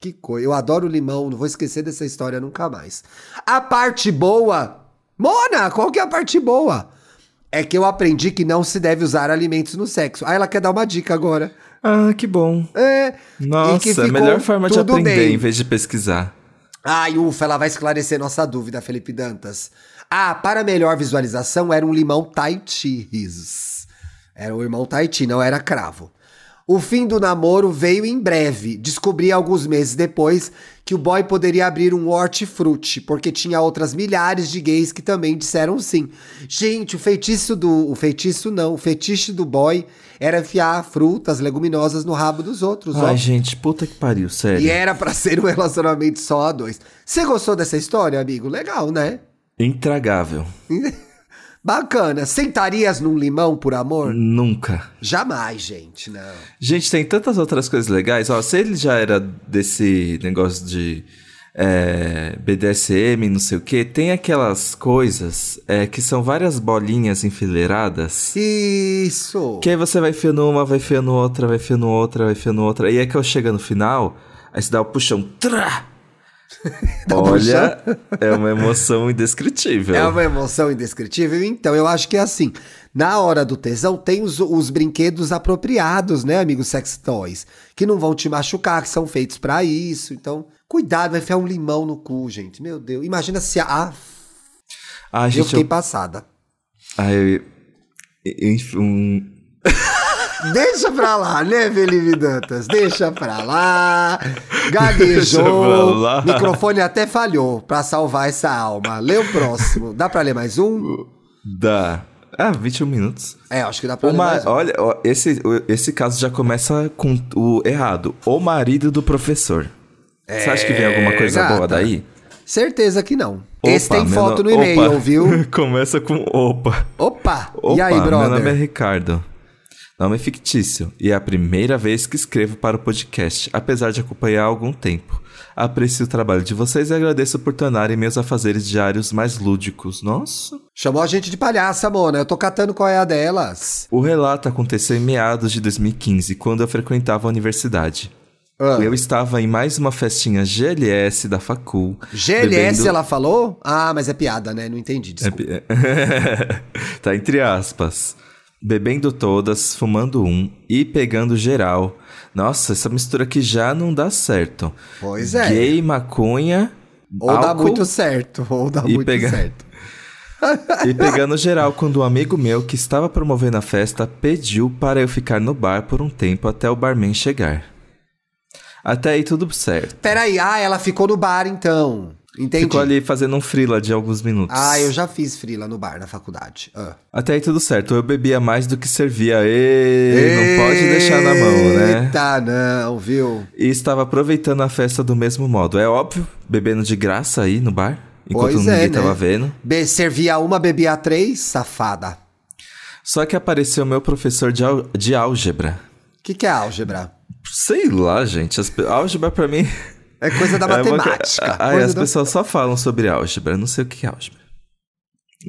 [SPEAKER 2] Que coisa. Eu adoro limão, não vou esquecer dessa história nunca mais. A parte boa. Mona, qual que é a parte boa? É que eu aprendi que não se deve usar alimentos no sexo. Ah, ela quer dar uma dica agora.
[SPEAKER 1] Ah, que bom.
[SPEAKER 2] É. E que
[SPEAKER 1] Nossa, a
[SPEAKER 2] ficou
[SPEAKER 1] melhor forma de
[SPEAKER 2] tudo
[SPEAKER 1] aprender
[SPEAKER 2] bem.
[SPEAKER 1] em vez de pesquisar.
[SPEAKER 2] Ai, ufa, ela vai esclarecer nossa dúvida, Felipe Dantas. Ah, para melhor visualização era um limão Tahiti, risos. Era um o irmão Tahiti, não era cravo. O fim do namoro veio em breve. Descobri alguns meses depois que o boy poderia abrir um hortifruti, porque tinha outras milhares de gays que também disseram sim. Gente, o feitiço do. O feitiço não. O fetiche do boy era enfiar frutas, leguminosas no rabo dos outros. ó.
[SPEAKER 1] Ai, gente, puta que pariu, sério.
[SPEAKER 2] E era pra ser um relacionamento só a dois. Você gostou dessa história, amigo? Legal, né?
[SPEAKER 1] Intragável.
[SPEAKER 2] Bacana. Sentarias num limão por amor?
[SPEAKER 1] Nunca.
[SPEAKER 2] Jamais, gente, não.
[SPEAKER 1] Gente, tem tantas outras coisas legais. Ó, se ele já era desse negócio de é, BDSM, não sei o que, tem aquelas coisas é, que são várias bolinhas enfileiradas.
[SPEAKER 2] Isso.
[SPEAKER 1] Que aí você vai enfiando uma, vai enfiando outra, vai enfiando outra, vai enfiando outra. E aí que eu chego no final, aí você dá o puxão. Trá!
[SPEAKER 2] Dá um
[SPEAKER 1] Olha, é uma emoção indescritível.
[SPEAKER 2] É uma emoção indescritível. Então, eu acho que é assim. Na hora do tesão, tem os, os brinquedos apropriados, né, amigos sex toys? Que não vão te machucar, que são feitos pra isso. Então, cuidado, vai enfiar um limão no cu, gente. Meu Deus. Imagina se a. Ah,
[SPEAKER 1] Ah,
[SPEAKER 2] eu
[SPEAKER 1] gente,
[SPEAKER 2] fiquei
[SPEAKER 1] eu...
[SPEAKER 2] passada.
[SPEAKER 1] Ah, eu... eu- eu- um-
[SPEAKER 2] Deixa pra lá, né, Felipe Dantas? Deixa pra lá.
[SPEAKER 1] Deixa pra
[SPEAKER 2] Gaguejou.
[SPEAKER 1] lá.
[SPEAKER 2] Microfone até falhou pra salvar essa alma. Lê o próximo. Dá pra ler mais um?
[SPEAKER 1] Dá. Ah, 21 minutos.
[SPEAKER 2] É, acho que dá pra ler
[SPEAKER 1] Uma,
[SPEAKER 2] mais um.
[SPEAKER 1] olha, ó, esse, o- esse caso já começa com o errado. O marido do professor. Você acha que vem alguma coisa
[SPEAKER 2] É, gata.
[SPEAKER 1] boa daí?
[SPEAKER 2] Certeza que não.
[SPEAKER 1] Opa,
[SPEAKER 2] Esse tem
[SPEAKER 1] meu
[SPEAKER 2] foto no
[SPEAKER 1] no-
[SPEAKER 2] e-mail,
[SPEAKER 1] opa.
[SPEAKER 2] viu?
[SPEAKER 1] começa com opa.
[SPEAKER 2] Opa!
[SPEAKER 1] Opa,
[SPEAKER 2] E aí, brother?
[SPEAKER 1] meu nome é Ricardo. Nome fictício e é a primeira vez que escrevo para o podcast, apesar de acompanhar há algum tempo. Aprecio o trabalho de vocês e agradeço por tornarem meus afazeres diários mais lúdicos. Nossa!
[SPEAKER 2] Chamou a gente de palhaça, mona. Eu tô catando qual é a delas.
[SPEAKER 1] O relato aconteceu em meados de 2015, quando eu frequentava a universidade.
[SPEAKER 2] Ah,
[SPEAKER 1] Eu estava em mais uma festinha GLS da Facul.
[SPEAKER 2] GLS,
[SPEAKER 1] bebendo-
[SPEAKER 2] ela falou? Ah, mas é piada, né? Não entendi,
[SPEAKER 1] É
[SPEAKER 2] desculpa.
[SPEAKER 1] pi- tá entre aspas. Bebendo todas, fumando um e pegando geral. Nossa, essa mistura aqui já não dá certo.
[SPEAKER 2] Pois é.
[SPEAKER 1] Gay, maconha.
[SPEAKER 2] Ou dá
[SPEAKER 1] álcool
[SPEAKER 2] muito certo, ou dá
[SPEAKER 1] e
[SPEAKER 2] muito
[SPEAKER 1] pega-
[SPEAKER 2] certo.
[SPEAKER 1] E pegando geral quando um amigo meu que estava promovendo a festa pediu para eu ficar no bar por um tempo até o barman chegar. Até aí tudo certo.
[SPEAKER 2] Peraí, ah, ela ficou no bar, então. Entendi.
[SPEAKER 1] Ficou ali fazendo um frila de alguns minutos.
[SPEAKER 2] Ah, eu já fiz frila no bar na faculdade. Ah.
[SPEAKER 1] Até aí tudo certo. Eu bebia mais do que servia. Ei, não pode deixar na mão, né?
[SPEAKER 2] Eita, não, viu?
[SPEAKER 1] E estava aproveitando a festa do mesmo modo. É óbvio, bebendo de graça aí no bar, enquanto
[SPEAKER 2] Pois é,
[SPEAKER 1] ninguém
[SPEAKER 2] né?
[SPEAKER 1] tava vendo.
[SPEAKER 2] Be servia uma, bebia três, safada.
[SPEAKER 1] Só que apareceu meu professor de, al- de álgebra.
[SPEAKER 2] O que, que é álgebra?
[SPEAKER 1] Sei lá, gente. as pe- álgebra pra mim.
[SPEAKER 2] É coisa da
[SPEAKER 1] é uma co-
[SPEAKER 2] matemática.
[SPEAKER 1] Ai,
[SPEAKER 2] coisa
[SPEAKER 1] as
[SPEAKER 2] da-
[SPEAKER 1] pessoas só falam sobre álgebra. Eu não sei o que é álgebra.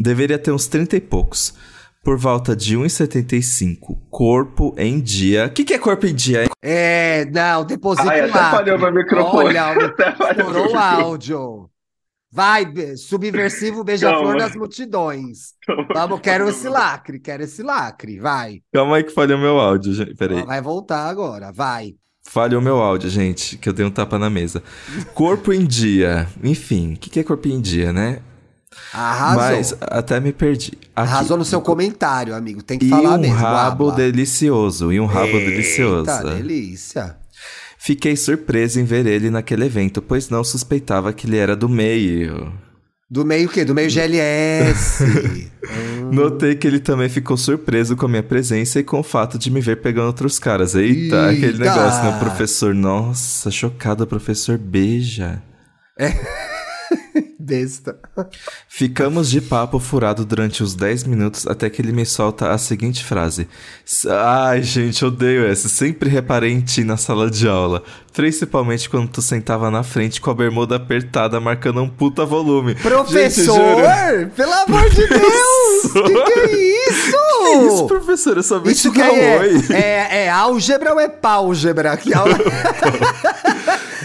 [SPEAKER 1] Deveria ter uns 30 e poucos. Por volta de 1,75. Corpo em dia. O que, que é corpo em dia? hein?
[SPEAKER 2] É, não, deposita
[SPEAKER 3] Ai,
[SPEAKER 2] um
[SPEAKER 3] até
[SPEAKER 2] lápis.
[SPEAKER 3] falhou meu microfone.
[SPEAKER 2] Olha,
[SPEAKER 3] Até falhou
[SPEAKER 2] estourou o
[SPEAKER 3] meu
[SPEAKER 2] áudio. Vai, be- subversivo beija-flor
[SPEAKER 3] Calma.
[SPEAKER 2] das multidões.
[SPEAKER 3] microfone.
[SPEAKER 2] Vamos, quero esse lacre, quero esse lacre, vai.
[SPEAKER 1] Calma aí que falhou meu áudio, gente. Peraí.
[SPEAKER 2] Ela Vai voltar agora, vai.
[SPEAKER 1] Falhou meu áudio, gente, que eu dei um tapa na mesa. Corpo em dia. Enfim, o que, que é corpo em dia, né?
[SPEAKER 2] Arrasou.
[SPEAKER 1] Mas até me perdi. Aqui.
[SPEAKER 2] Arrasou no seu comentário, amigo. Tem que
[SPEAKER 1] E
[SPEAKER 2] falar
[SPEAKER 1] um
[SPEAKER 2] mesmo.
[SPEAKER 1] rabo
[SPEAKER 2] guaba.
[SPEAKER 1] delicioso. E um rabo
[SPEAKER 2] Eita,
[SPEAKER 1] delicioso. né?
[SPEAKER 2] delícia.
[SPEAKER 1] Fiquei surpreso em ver ele naquele evento, pois não suspeitava que ele era do meio.
[SPEAKER 2] Do meio o quê? Do meio GLS. Hum.
[SPEAKER 1] Notei que ele também ficou surpreso com a minha presença e com o fato de me ver pegando outros caras. Eita, aquele
[SPEAKER 2] Eita.
[SPEAKER 1] negócio, né, professor? Nossa, chocado, professor, beija.
[SPEAKER 2] Besta.
[SPEAKER 1] Ficamos de papo furado durante uns 10 minutos até que ele me solta a seguinte frase. S- Ai, gente, odeio essa. Sempre reparei em ti na sala de aula. Principalmente quando tu sentava na frente com a bermuda apertada, marcando um puta volume.
[SPEAKER 2] Professor,
[SPEAKER 1] Gente,
[SPEAKER 2] pelo amor de Deus!
[SPEAKER 1] Professor.
[SPEAKER 2] Que que é isso?
[SPEAKER 1] juro. Isso, professor, eu só vi
[SPEAKER 2] Isso
[SPEAKER 1] te
[SPEAKER 2] que
[SPEAKER 1] dar um
[SPEAKER 2] é,
[SPEAKER 1] oi.
[SPEAKER 2] é, é álgebra ou é pálgebra? Que aula,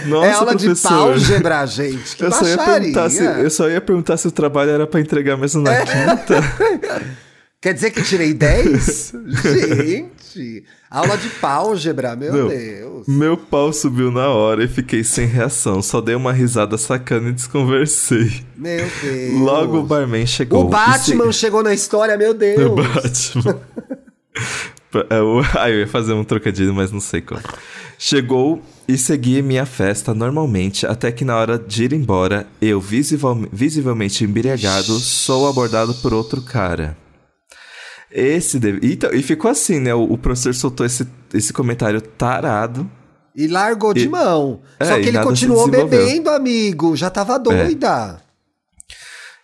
[SPEAKER 1] Nossa,
[SPEAKER 2] é aula de
[SPEAKER 1] professor.
[SPEAKER 2] pálgebra, gente. Que
[SPEAKER 1] Eu só, ia perguntar se,
[SPEAKER 2] baixaria.
[SPEAKER 1] eu só ia perguntar se o trabalho era pra entregar mesmo
[SPEAKER 2] É.
[SPEAKER 1] na quinta.
[SPEAKER 2] Quer dizer que tirei 10? gente, aula de pálgebra, meu
[SPEAKER 1] Não.
[SPEAKER 2] Deus.
[SPEAKER 1] Meu pau subiu na hora e fiquei sem reação. Só dei uma risada sacana e desconversei.
[SPEAKER 2] Meu Deus.
[SPEAKER 1] Logo o barman chegou.
[SPEAKER 2] o Batman chegou na história, meu
[SPEAKER 1] E se- O
[SPEAKER 2] Deus.
[SPEAKER 1] É Batman. Pa- é, o- Ah, eu ia fazer um trocadilho, mas não sei qual. Chegou e segui minha festa normalmente, até que na hora de ir embora, eu visivel- visivelmente embriagado, sou abordado por outro cara. Esse deve... Então, e ficou assim, né? O, o professor soltou esse, esse comentário tarado.
[SPEAKER 2] E largou de
[SPEAKER 1] E-
[SPEAKER 2] mão.
[SPEAKER 1] É,
[SPEAKER 2] Só
[SPEAKER 1] e
[SPEAKER 2] que ele
[SPEAKER 1] nada se É.
[SPEAKER 2] continuou
[SPEAKER 1] desenvolveu.
[SPEAKER 2] bebendo, amigo. Já tava doida.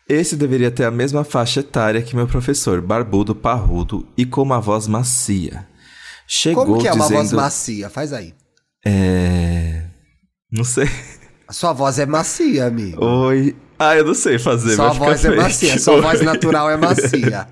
[SPEAKER 1] Esse deveria ter a mesma faixa etária que meu professor, barbudo, parrudo e com uma voz macia. Chegou
[SPEAKER 2] Como que é uma
[SPEAKER 1] dizendo...
[SPEAKER 2] voz macia? Faz aí.
[SPEAKER 1] É... Não sei.
[SPEAKER 2] A sua voz é macia, amigo.
[SPEAKER 1] Oi. Ah, eu não sei fazer.
[SPEAKER 2] Sua
[SPEAKER 1] vai ficar
[SPEAKER 2] voz é
[SPEAKER 1] fake.
[SPEAKER 2] macia, sua
[SPEAKER 1] Oi.
[SPEAKER 2] voz natural é macia.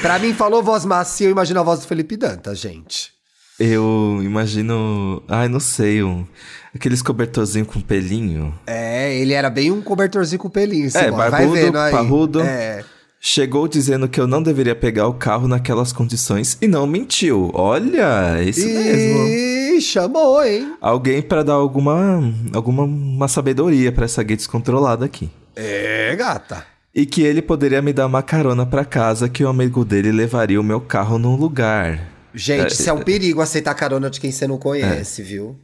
[SPEAKER 2] Pra mim, falou voz macia, eu imagino a voz do Felipe Dantas, gente.
[SPEAKER 1] Eu imagino... Ai, não sei. Um... Aqueles cobertorzinhos com pelinho.
[SPEAKER 2] É, ele era bem um cobertorzinho com pelinho, Simone. Vai
[SPEAKER 1] É, barbudo,
[SPEAKER 2] vendo aí.
[SPEAKER 1] parrudo.
[SPEAKER 2] É.
[SPEAKER 1] Chegou dizendo que eu não deveria pegar o carro naquelas condições e não mentiu. Olha, é isso mesmo.
[SPEAKER 2] E chamou, hein?
[SPEAKER 1] Alguém pra dar alguma alguma uma sabedoria pra essa gay descontrolada aqui.
[SPEAKER 2] É, gata.
[SPEAKER 1] E que ele poderia me dar uma carona pra casa que o amigo dele levaria o meu carro num lugar.
[SPEAKER 2] Gente,
[SPEAKER 1] É,
[SPEAKER 2] isso é um perigo aceitar carona de quem você não conhece, viu?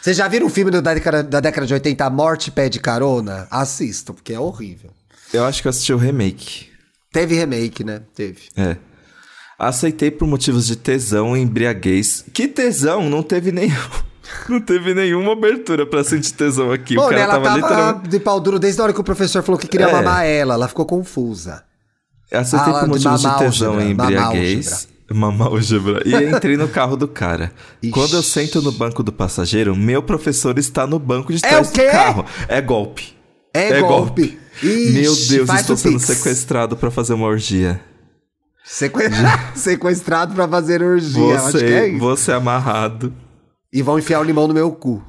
[SPEAKER 2] Vocês já viram o filme do- da, década, da década de 80, A Morte Pede Carona? Assistam, porque é horrível.
[SPEAKER 1] Eu acho que eu assisti o remake.
[SPEAKER 2] Teve remake, né? Teve.
[SPEAKER 1] É. Aceitei por motivos de tesão e embriaguez. Que tesão? Não teve nenhum. Não teve nenhuma abertura pra sentir tesão aqui. o
[SPEAKER 2] Bom, né,
[SPEAKER 1] cara
[SPEAKER 2] ela
[SPEAKER 1] tava,
[SPEAKER 2] tava
[SPEAKER 1] literalmente.
[SPEAKER 2] de pau duro desde a hora que o professor falou que queria
[SPEAKER 1] É.
[SPEAKER 2] mamar ela. Ela ficou confusa.
[SPEAKER 1] Aceitei
[SPEAKER 2] Ah,
[SPEAKER 1] por
[SPEAKER 2] de
[SPEAKER 1] motivos de
[SPEAKER 2] mamar
[SPEAKER 1] tesão e
[SPEAKER 2] álgebra, mamar
[SPEAKER 1] embriaguez. Mamar álgebra. E entrei no carro do cara.
[SPEAKER 2] Ixi.
[SPEAKER 1] Quando eu sento no banco do passageiro, meu professor está no banco de
[SPEAKER 2] É
[SPEAKER 1] trás
[SPEAKER 2] o
[SPEAKER 1] do
[SPEAKER 2] quê?
[SPEAKER 1] carro. É golpe.
[SPEAKER 2] É,
[SPEAKER 1] É
[SPEAKER 2] golpe. Ixi,
[SPEAKER 1] meu Deus,
[SPEAKER 2] faz
[SPEAKER 1] estou
[SPEAKER 2] o
[SPEAKER 1] sendo
[SPEAKER 2] pix.
[SPEAKER 1] sequestrado pra fazer uma orgia.
[SPEAKER 2] Sequen- Sequestrado pra fazer orgia. eu Acho que é
[SPEAKER 1] Você,
[SPEAKER 2] isso.
[SPEAKER 1] você amarrado.
[SPEAKER 2] E vão enfiar o limão no meu cu.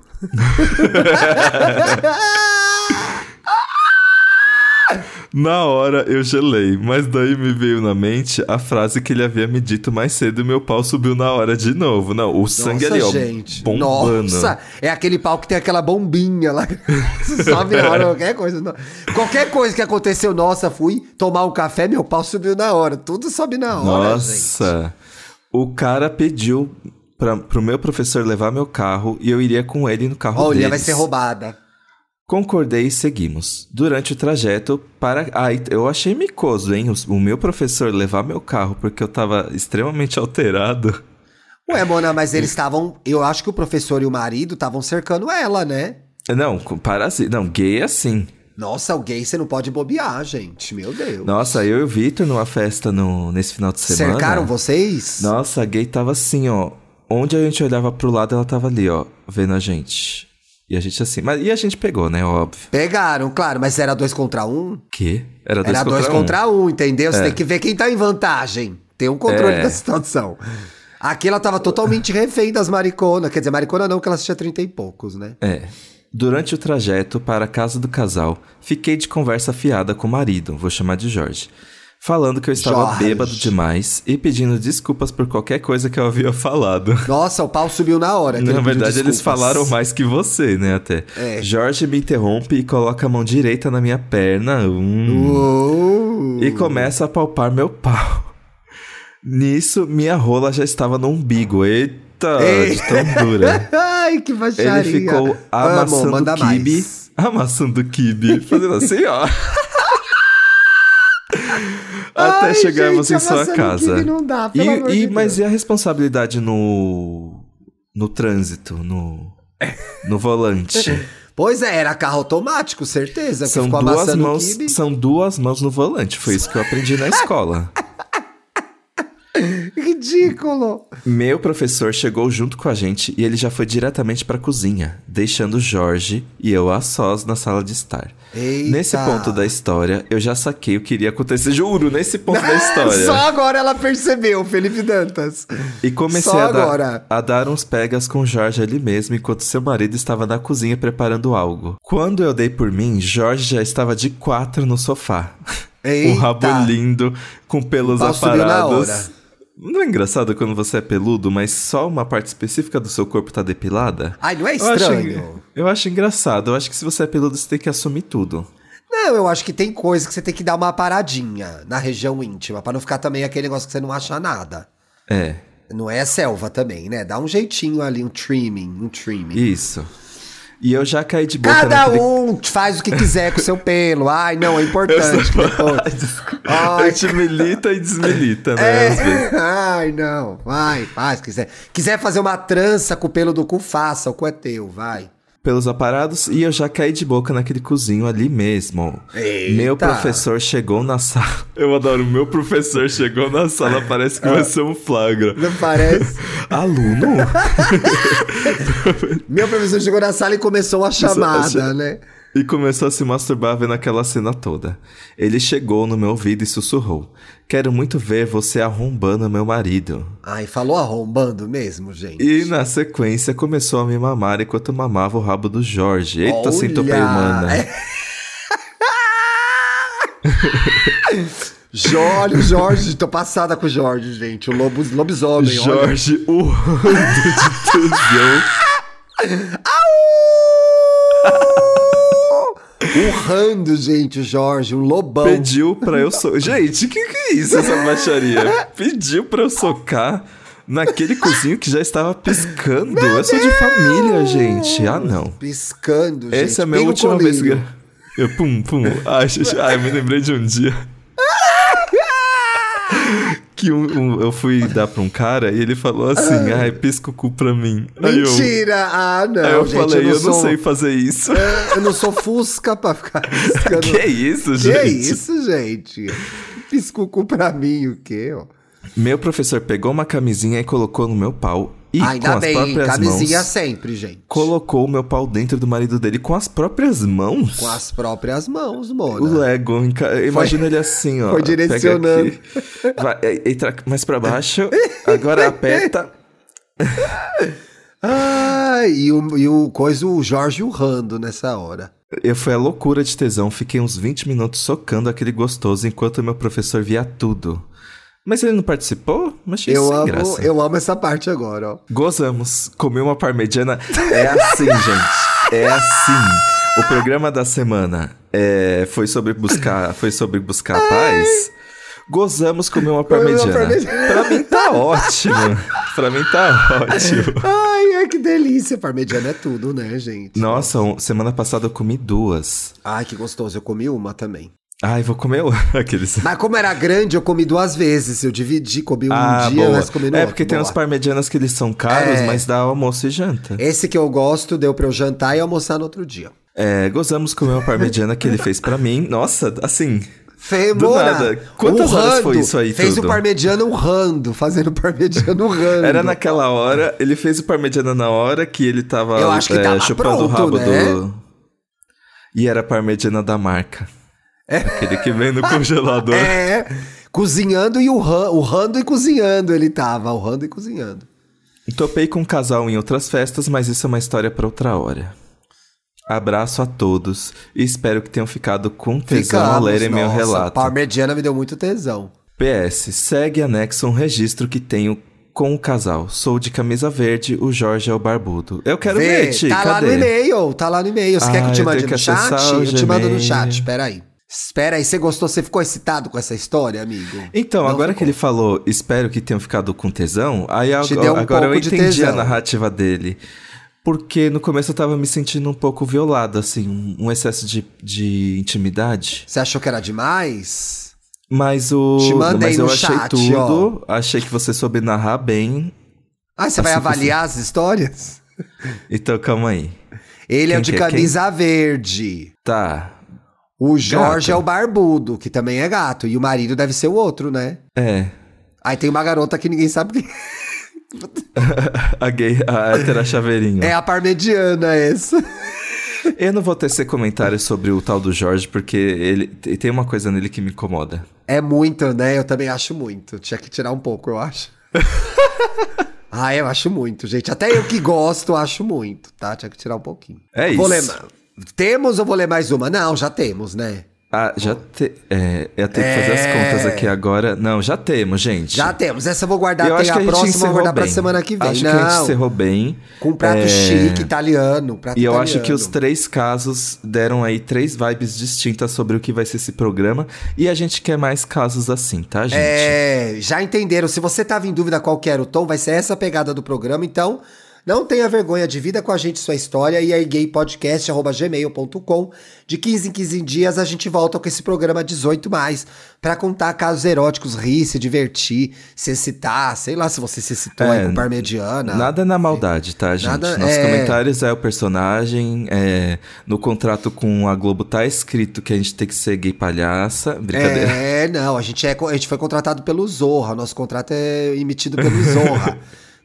[SPEAKER 1] Na hora eu gelei, mas daí me veio na mente a frase que ele havia me dito mais cedo e meu pau subiu na hora de novo. Não, o sangue ali, ó,
[SPEAKER 2] gente.
[SPEAKER 1] bombando.
[SPEAKER 2] Nossa, é aquele pau que tem aquela bombinha lá. Sobe na hora, qualquer coisa. não. Qualquer coisa que aconteceu, nossa, fui tomar um café, meu pau subiu na hora. Tudo sobe na hora, gente.
[SPEAKER 1] Nossa. O cara pediu pra, pro meu professor levar meu carro e eu iria com ele no carro
[SPEAKER 2] Olha,
[SPEAKER 1] deles.
[SPEAKER 2] vai ser roubada.
[SPEAKER 1] Concordei e seguimos. Durante o trajeto para... Ah, e- eu achei micoso, hein? O, o meu professor levar meu carro porque eu tava extremamente alterado.
[SPEAKER 2] Ué, Mona, mas eles estavam. Eu acho que o professor e o marido estavam cercando ela, né?
[SPEAKER 1] Não, com- para assim... Não, gay é assim.
[SPEAKER 2] Nossa, o gay você não pode bobear, gente. Meu Deus.
[SPEAKER 1] Nossa, eu e o Victor numa festa no, nesse final de semana...
[SPEAKER 2] Cercaram vocês?
[SPEAKER 1] Nossa, a gay tava assim, ó. Onde a gente olhava pro lado, ela tava ali, ó, vendo a gente. E a gente assim... Mas, e a gente pegou, né? Óbvio.
[SPEAKER 2] Pegaram, claro, mas era dois contra um?
[SPEAKER 1] Que? Era dois
[SPEAKER 2] era
[SPEAKER 1] contra
[SPEAKER 2] dois
[SPEAKER 1] um.
[SPEAKER 2] contra um, entendeu? Você tem que ver quem tá em vantagem. Tem um controle
[SPEAKER 1] É.
[SPEAKER 2] da situação. Aqui ela tava totalmente refém das mariconas. Quer dizer, maricona não, que ela assistia 30 e poucos, né?
[SPEAKER 1] É. Durante o trajeto para a casa do casal, fiquei de conversa fiada com o marido, vou chamar de Jorge, falando que eu estava
[SPEAKER 2] Jorge.
[SPEAKER 1] bêbado demais e pedindo desculpas por qualquer coisa que eu havia falado.
[SPEAKER 2] Nossa, o pau subiu na hora. que ele
[SPEAKER 1] Na
[SPEAKER 2] pediu
[SPEAKER 1] verdade, eles
[SPEAKER 2] desculpas.
[SPEAKER 1] falaram mais que você, né, até.
[SPEAKER 2] É.
[SPEAKER 1] Jorge me interrompe e coloca a mão direita na minha perna. hum,
[SPEAKER 2] Uh. Uou.
[SPEAKER 1] E começa a palpar meu pau. Nisso, minha rola já estava no umbigo. Eita,
[SPEAKER 2] Ei.
[SPEAKER 1] de tão dura.
[SPEAKER 2] Ai, que baixaria.
[SPEAKER 1] Ele ficou
[SPEAKER 2] Amo,
[SPEAKER 1] amassando
[SPEAKER 2] manda
[SPEAKER 1] o kibe.
[SPEAKER 2] mais.
[SPEAKER 1] Amassando o kibe. Fazendo assim, ó. Até
[SPEAKER 2] Ai,
[SPEAKER 1] chegarmos
[SPEAKER 2] gente,
[SPEAKER 1] em sua
[SPEAKER 2] amassando o kibe
[SPEAKER 1] casa.
[SPEAKER 2] não dá, pelo amor
[SPEAKER 1] E, e-
[SPEAKER 2] de
[SPEAKER 1] mas
[SPEAKER 2] Deus.
[SPEAKER 1] e a responsabilidade no. no trânsito, no. no volante?
[SPEAKER 2] Pois é, era carro automático, certeza. que
[SPEAKER 1] são
[SPEAKER 2] ficou
[SPEAKER 1] duas
[SPEAKER 2] amassando o
[SPEAKER 1] mãos.
[SPEAKER 2] quibe.
[SPEAKER 1] São duas mãos no volante. Foi isso que eu aprendi na escola.
[SPEAKER 2] Ridículo.
[SPEAKER 1] Meu professor chegou junto com a gente e ele já foi diretamente pra cozinha, deixando Jorge e eu a sós na sala de estar.
[SPEAKER 2] Eita.
[SPEAKER 1] Nesse ponto da história, eu já saquei o que iria acontecer, juro, nesse ponto da história.
[SPEAKER 2] Só agora ela percebeu, Felipe Dantas.
[SPEAKER 1] E comecei
[SPEAKER 2] Só
[SPEAKER 1] a, dar-
[SPEAKER 2] agora.
[SPEAKER 1] a dar uns pegas com Jorge ali mesmo, enquanto seu marido estava na cozinha preparando algo. Quando eu dei por mim, Jorge já estava de quatro no sofá.
[SPEAKER 2] Eita.
[SPEAKER 1] Um rabo lindo, com pelos
[SPEAKER 2] O pau subiu na hora.
[SPEAKER 1] aparados. Não é engraçado quando você é peludo, mas só uma parte específica do seu corpo tá depilada?
[SPEAKER 2] Ai, não é
[SPEAKER 1] Eu acho
[SPEAKER 2] estranho?
[SPEAKER 1] en- eu acho engraçado. Eu acho que se você é peludo, você tem que assumir tudo.
[SPEAKER 2] Não, eu acho que tem coisa que você tem que dar uma paradinha na região íntima, pra não ficar também aquele negócio que você não acha nada.
[SPEAKER 1] É,
[SPEAKER 2] Não é selva também, né? Dá um jeitinho ali, um trimming, um trimming.
[SPEAKER 1] isso. E eu já caí de boca
[SPEAKER 2] Cada
[SPEAKER 1] naquele
[SPEAKER 2] um faz o que quiser com o seu pelo. Ai, não, é importante. que depois- Ai,
[SPEAKER 1] A gente milita e desmilita, né? às vezes.
[SPEAKER 2] É. Ai, não. Vai, faz, quiser. Quiser fazer uma trança com o pelo do cu, faça. O cu é teu, vai.
[SPEAKER 1] pelos aparados e eu já caí de boca naquele cozinho ali mesmo.
[SPEAKER 2] Eita.
[SPEAKER 1] Meu professor chegou na sala. Eu adoro, meu professor chegou na sala, parece que
[SPEAKER 2] Ah.
[SPEAKER 1] vai ser um flagra.
[SPEAKER 2] Não parece?
[SPEAKER 1] Aluno?
[SPEAKER 2] Meu professor chegou na sala e começou a chamada, né?
[SPEAKER 1] E começou a se masturbar vendo aquela cena toda. Ele chegou no meu ouvido e sussurrou: Quero muito ver você arrombando meu marido.
[SPEAKER 2] Ai, falou arrombando mesmo, gente.
[SPEAKER 1] E na sequência começou a me mamar enquanto mamava o rabo do Jorge. Eita, centopeia
[SPEAKER 2] É
[SPEAKER 1] humana.
[SPEAKER 2] Jorge, Jorge, tô passada com o Jorge, gente. O lobo, lobisomem, olha.
[SPEAKER 1] Jorge urrando de tesão.
[SPEAKER 2] Urrando, gente, o Jorge, um lobão.
[SPEAKER 1] Pediu pra eu socar. Gente, que que é isso essa baixaria? Pediu pra eu socar naquele cozinho que já estava piscando. eu sou de família, gente. Ah, não.
[SPEAKER 2] Piscando, gente.
[SPEAKER 1] Essa é a minha
[SPEAKER 2] Pingo
[SPEAKER 1] última
[SPEAKER 2] colírio.
[SPEAKER 1] vez que. Eu, pum, pum. Ai, xixi. Ai, me lembrei de um dia. Que um- um- eu fui dar pra um cara e ele falou assim: ai, pisca o cu pra mim. Aí eu,
[SPEAKER 2] Ah. Mentira! Ah, não,
[SPEAKER 1] aí eu
[SPEAKER 2] gente,
[SPEAKER 1] falei: eu não,
[SPEAKER 2] sou, um
[SPEAKER 1] sei fazer isso.
[SPEAKER 2] Eu não sou fusca pra ficar piscando.
[SPEAKER 1] que isso,
[SPEAKER 2] Que
[SPEAKER 1] gente?
[SPEAKER 2] isso, gente? Piscucu pra mim, o quê? ó?
[SPEAKER 1] Meu professor pegou uma camisinha e colocou no meu pau e
[SPEAKER 2] Ah,
[SPEAKER 1] com
[SPEAKER 2] Ainda
[SPEAKER 1] as
[SPEAKER 2] bem,
[SPEAKER 1] próprias
[SPEAKER 2] camisinha
[SPEAKER 1] mãos
[SPEAKER 2] sempre, gente.
[SPEAKER 1] colocou o meu pau dentro do marido dele com as próprias mãos.
[SPEAKER 2] Com as próprias mãos,
[SPEAKER 1] O
[SPEAKER 2] mona.
[SPEAKER 1] Lego, enca- imagina ele assim, ó.
[SPEAKER 2] foi
[SPEAKER 1] pega
[SPEAKER 2] direcionando.
[SPEAKER 1] aqui, vai, é, entra mais pra baixo, agora aperta.
[SPEAKER 2] Ah, e o, e o coisa, o Jorge urrando nessa hora.
[SPEAKER 1] Eu fui a loucura de tesão, fiquei uns 20 minutos socando aquele gostoso enquanto meu professor via tudo. Mas ele não participou? Mas achei
[SPEAKER 2] Eu
[SPEAKER 1] sem
[SPEAKER 2] amo,
[SPEAKER 1] graça.
[SPEAKER 2] eu amo essa parte agora, ó.
[SPEAKER 1] Gozamos, comi uma parmegiana. É assim, gente. É assim. O programa da semana é, foi sobre buscar, foi sobre buscar a paz. Gozamos, comi uma
[SPEAKER 2] Comeu uma
[SPEAKER 1] parmegiana.
[SPEAKER 2] parmegiana.
[SPEAKER 1] Pra mim tá ótimo. pra mim tá ótimo.
[SPEAKER 2] Ai, ai, que delícia. Parmegiana é tudo, né, gente?
[SPEAKER 1] Nossa, um- semana passada eu comi duas.
[SPEAKER 2] Ai, que gostoso. Eu comi uma também.
[SPEAKER 1] Ai, vou comer o- aqueles.
[SPEAKER 2] Mas como era grande, eu comi duas vezes. Eu dividi, comi um
[SPEAKER 1] Ah,
[SPEAKER 2] dia,
[SPEAKER 1] boa.
[SPEAKER 2] mas comi no
[SPEAKER 1] é
[SPEAKER 2] outro.
[SPEAKER 1] porque tem
[SPEAKER 2] Boa.
[SPEAKER 1] uns parmegianas que eles são caros,
[SPEAKER 2] É.
[SPEAKER 1] mas dá almoço e janta.
[SPEAKER 2] Esse que eu gosto deu pra eu jantar e almoçar no outro dia.
[SPEAKER 1] É, gozamos comer uma parmegiana que ele fez pra mim. Nossa, assim,
[SPEAKER 2] Femora.
[SPEAKER 1] nada. Quantas horas
[SPEAKER 2] urrando.
[SPEAKER 1] foi isso aí
[SPEAKER 2] Fez
[SPEAKER 1] tudo?
[SPEAKER 2] o parmegiano urrando, fazendo o parmegiano urrando.
[SPEAKER 1] Era naquela hora, ele fez o parmegiana na hora que ele tava, é,
[SPEAKER 2] Eu acho que tava
[SPEAKER 1] chupando o rabo
[SPEAKER 2] pronto, né?
[SPEAKER 1] do. E era parmegiana da marca. Aquele que vem no congelador.
[SPEAKER 2] É, cozinhando e urra- urrando e cozinhando ele tava, urrando e cozinhando.
[SPEAKER 1] Topei com um casal em outras festas, mas isso é uma história pra outra hora. Abraço a todos e espero que tenham ficado com tesão ao
[SPEAKER 2] Ficamos,
[SPEAKER 1] lerem é meu
[SPEAKER 2] nossa,
[SPEAKER 1] relato.
[SPEAKER 2] Parmegiana me deu muito tesão.
[SPEAKER 1] PS, segue e anexa um registro que tenho com o casal. Sou de camisa verde, o Jorge é o barbudo. Eu quero
[SPEAKER 2] Vê,
[SPEAKER 1] ver, Ti,
[SPEAKER 2] tá lá
[SPEAKER 1] cadê?
[SPEAKER 2] no e-mail, tá lá no e-mail. Você
[SPEAKER 1] Ah,
[SPEAKER 2] quer que eu te
[SPEAKER 1] eu
[SPEAKER 2] mande
[SPEAKER 1] tenho que
[SPEAKER 2] no chat?
[SPEAKER 1] acessar o
[SPEAKER 2] Eu te mando no
[SPEAKER 1] Gmail.
[SPEAKER 2] chat, peraí. Espera aí, você gostou, você ficou excitado com essa história, amigo?
[SPEAKER 1] Então,
[SPEAKER 2] Não
[SPEAKER 1] agora
[SPEAKER 2] ficou.
[SPEAKER 1] que ele falou, espero que tenham ficado com tesão, aí ag-
[SPEAKER 2] Te deu um
[SPEAKER 1] agora eu
[SPEAKER 2] pouco de
[SPEAKER 1] entendi a
[SPEAKER 2] tesão.
[SPEAKER 1] narrativa dele. Porque no começo eu tava me sentindo um pouco violado, assim, um- um excesso de, de intimidade.
[SPEAKER 2] Você achou que era demais?
[SPEAKER 1] Mas o.
[SPEAKER 2] Te mandei
[SPEAKER 1] mas
[SPEAKER 2] no
[SPEAKER 1] eu achei
[SPEAKER 2] chat,
[SPEAKER 1] tudo. Achei que você soube narrar bem.
[SPEAKER 2] Ah, você vai
[SPEAKER 1] Assim,
[SPEAKER 2] avaliar as histórias?
[SPEAKER 1] Então calma aí.
[SPEAKER 2] Ele é
[SPEAKER 1] Quem
[SPEAKER 2] o de
[SPEAKER 1] que é quem?
[SPEAKER 2] camisa verde.
[SPEAKER 1] Tá.
[SPEAKER 2] O Jorge
[SPEAKER 1] Gato.
[SPEAKER 2] é o barbudo, que também é gato. E o marido deve ser o outro, né?
[SPEAKER 1] É.
[SPEAKER 2] Aí tem uma garota que ninguém sabe quem é.
[SPEAKER 1] A gay, a hétera chaveirinho.
[SPEAKER 2] é. a é parmediana essa.
[SPEAKER 1] Eu não vou tecer comentários sobre o tal do Jorge, porque ele te- tem uma coisa nele que me incomoda.
[SPEAKER 2] É muito, né? Eu também acho muito. Tinha que tirar um pouco, eu acho. ah, eu acho muito, gente. Até eu que gosto, acho muito, tá? Tinha que tirar um pouquinho.
[SPEAKER 1] É
[SPEAKER 2] Vou
[SPEAKER 1] isso.
[SPEAKER 2] ler... ma- Temos ou vou ler mais uma? Não, já temos, né?
[SPEAKER 1] Ah, já te... é, eu tenho que fazer as
[SPEAKER 2] É.
[SPEAKER 1] contas aqui agora. Não, já temos, gente.
[SPEAKER 2] Já temos. Essa eu vou guardar
[SPEAKER 1] eu
[SPEAKER 2] até
[SPEAKER 1] acho
[SPEAKER 2] a,
[SPEAKER 1] que a, gente
[SPEAKER 2] próxima, vou
[SPEAKER 1] encerrou
[SPEAKER 2] guardar
[SPEAKER 1] bem.
[SPEAKER 2] pra semana que vem.
[SPEAKER 1] Acho
[SPEAKER 2] Não,
[SPEAKER 1] que a gente encerrou bem.
[SPEAKER 2] com um prato tá
[SPEAKER 1] É,
[SPEAKER 2] chique italiano. prato
[SPEAKER 1] E eu acho
[SPEAKER 2] italiano.
[SPEAKER 1] que os três casos deram aí três vibes distintas sobre o que vai ser esse programa. E a gente quer mais casos assim, tá, gente?
[SPEAKER 2] É, já entenderam. Se você tava em dúvida qual que era o tom, vai ser essa a pegada do programa. Então, Não tenha vergonha de vida com a gente sua história e aí gaypodcast@gmail.com. De 15 em 15 dias a gente volta com esse programa 18 mais para contar casos eróticos, rir, se divertir, se excitar, sei lá se você se excitou
[SPEAKER 1] É,
[SPEAKER 2] aí com parmediana.
[SPEAKER 1] Nada na maldade, tá, gente?
[SPEAKER 2] Nada-
[SPEAKER 1] Nos
[SPEAKER 2] é.
[SPEAKER 1] comentários é o personagem. é, no contrato com a Globo tá escrito que a gente tem que ser gay palhaça. Brincadeira.
[SPEAKER 2] É, não, a gente, é, co- a gente foi contratado pelo Zorra, nosso contrato é emitido pelo Zorra.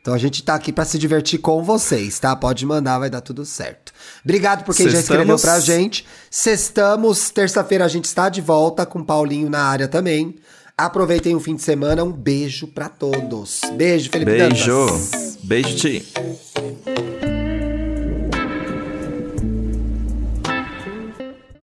[SPEAKER 2] Então a gente tá aqui pra se divertir com vocês, tá? Pode mandar, vai dar tudo certo. Obrigado por quem já escreveu
[SPEAKER 1] Sextamos.
[SPEAKER 2] pra gente. Sextamos, terça-feira a gente está de volta com o Paulinho na área também. Aproveitem o fim de semana, um beijo pra todos. Beijo, Felipe
[SPEAKER 1] Beijo.
[SPEAKER 2] Dantas.
[SPEAKER 1] Beijo, Ti.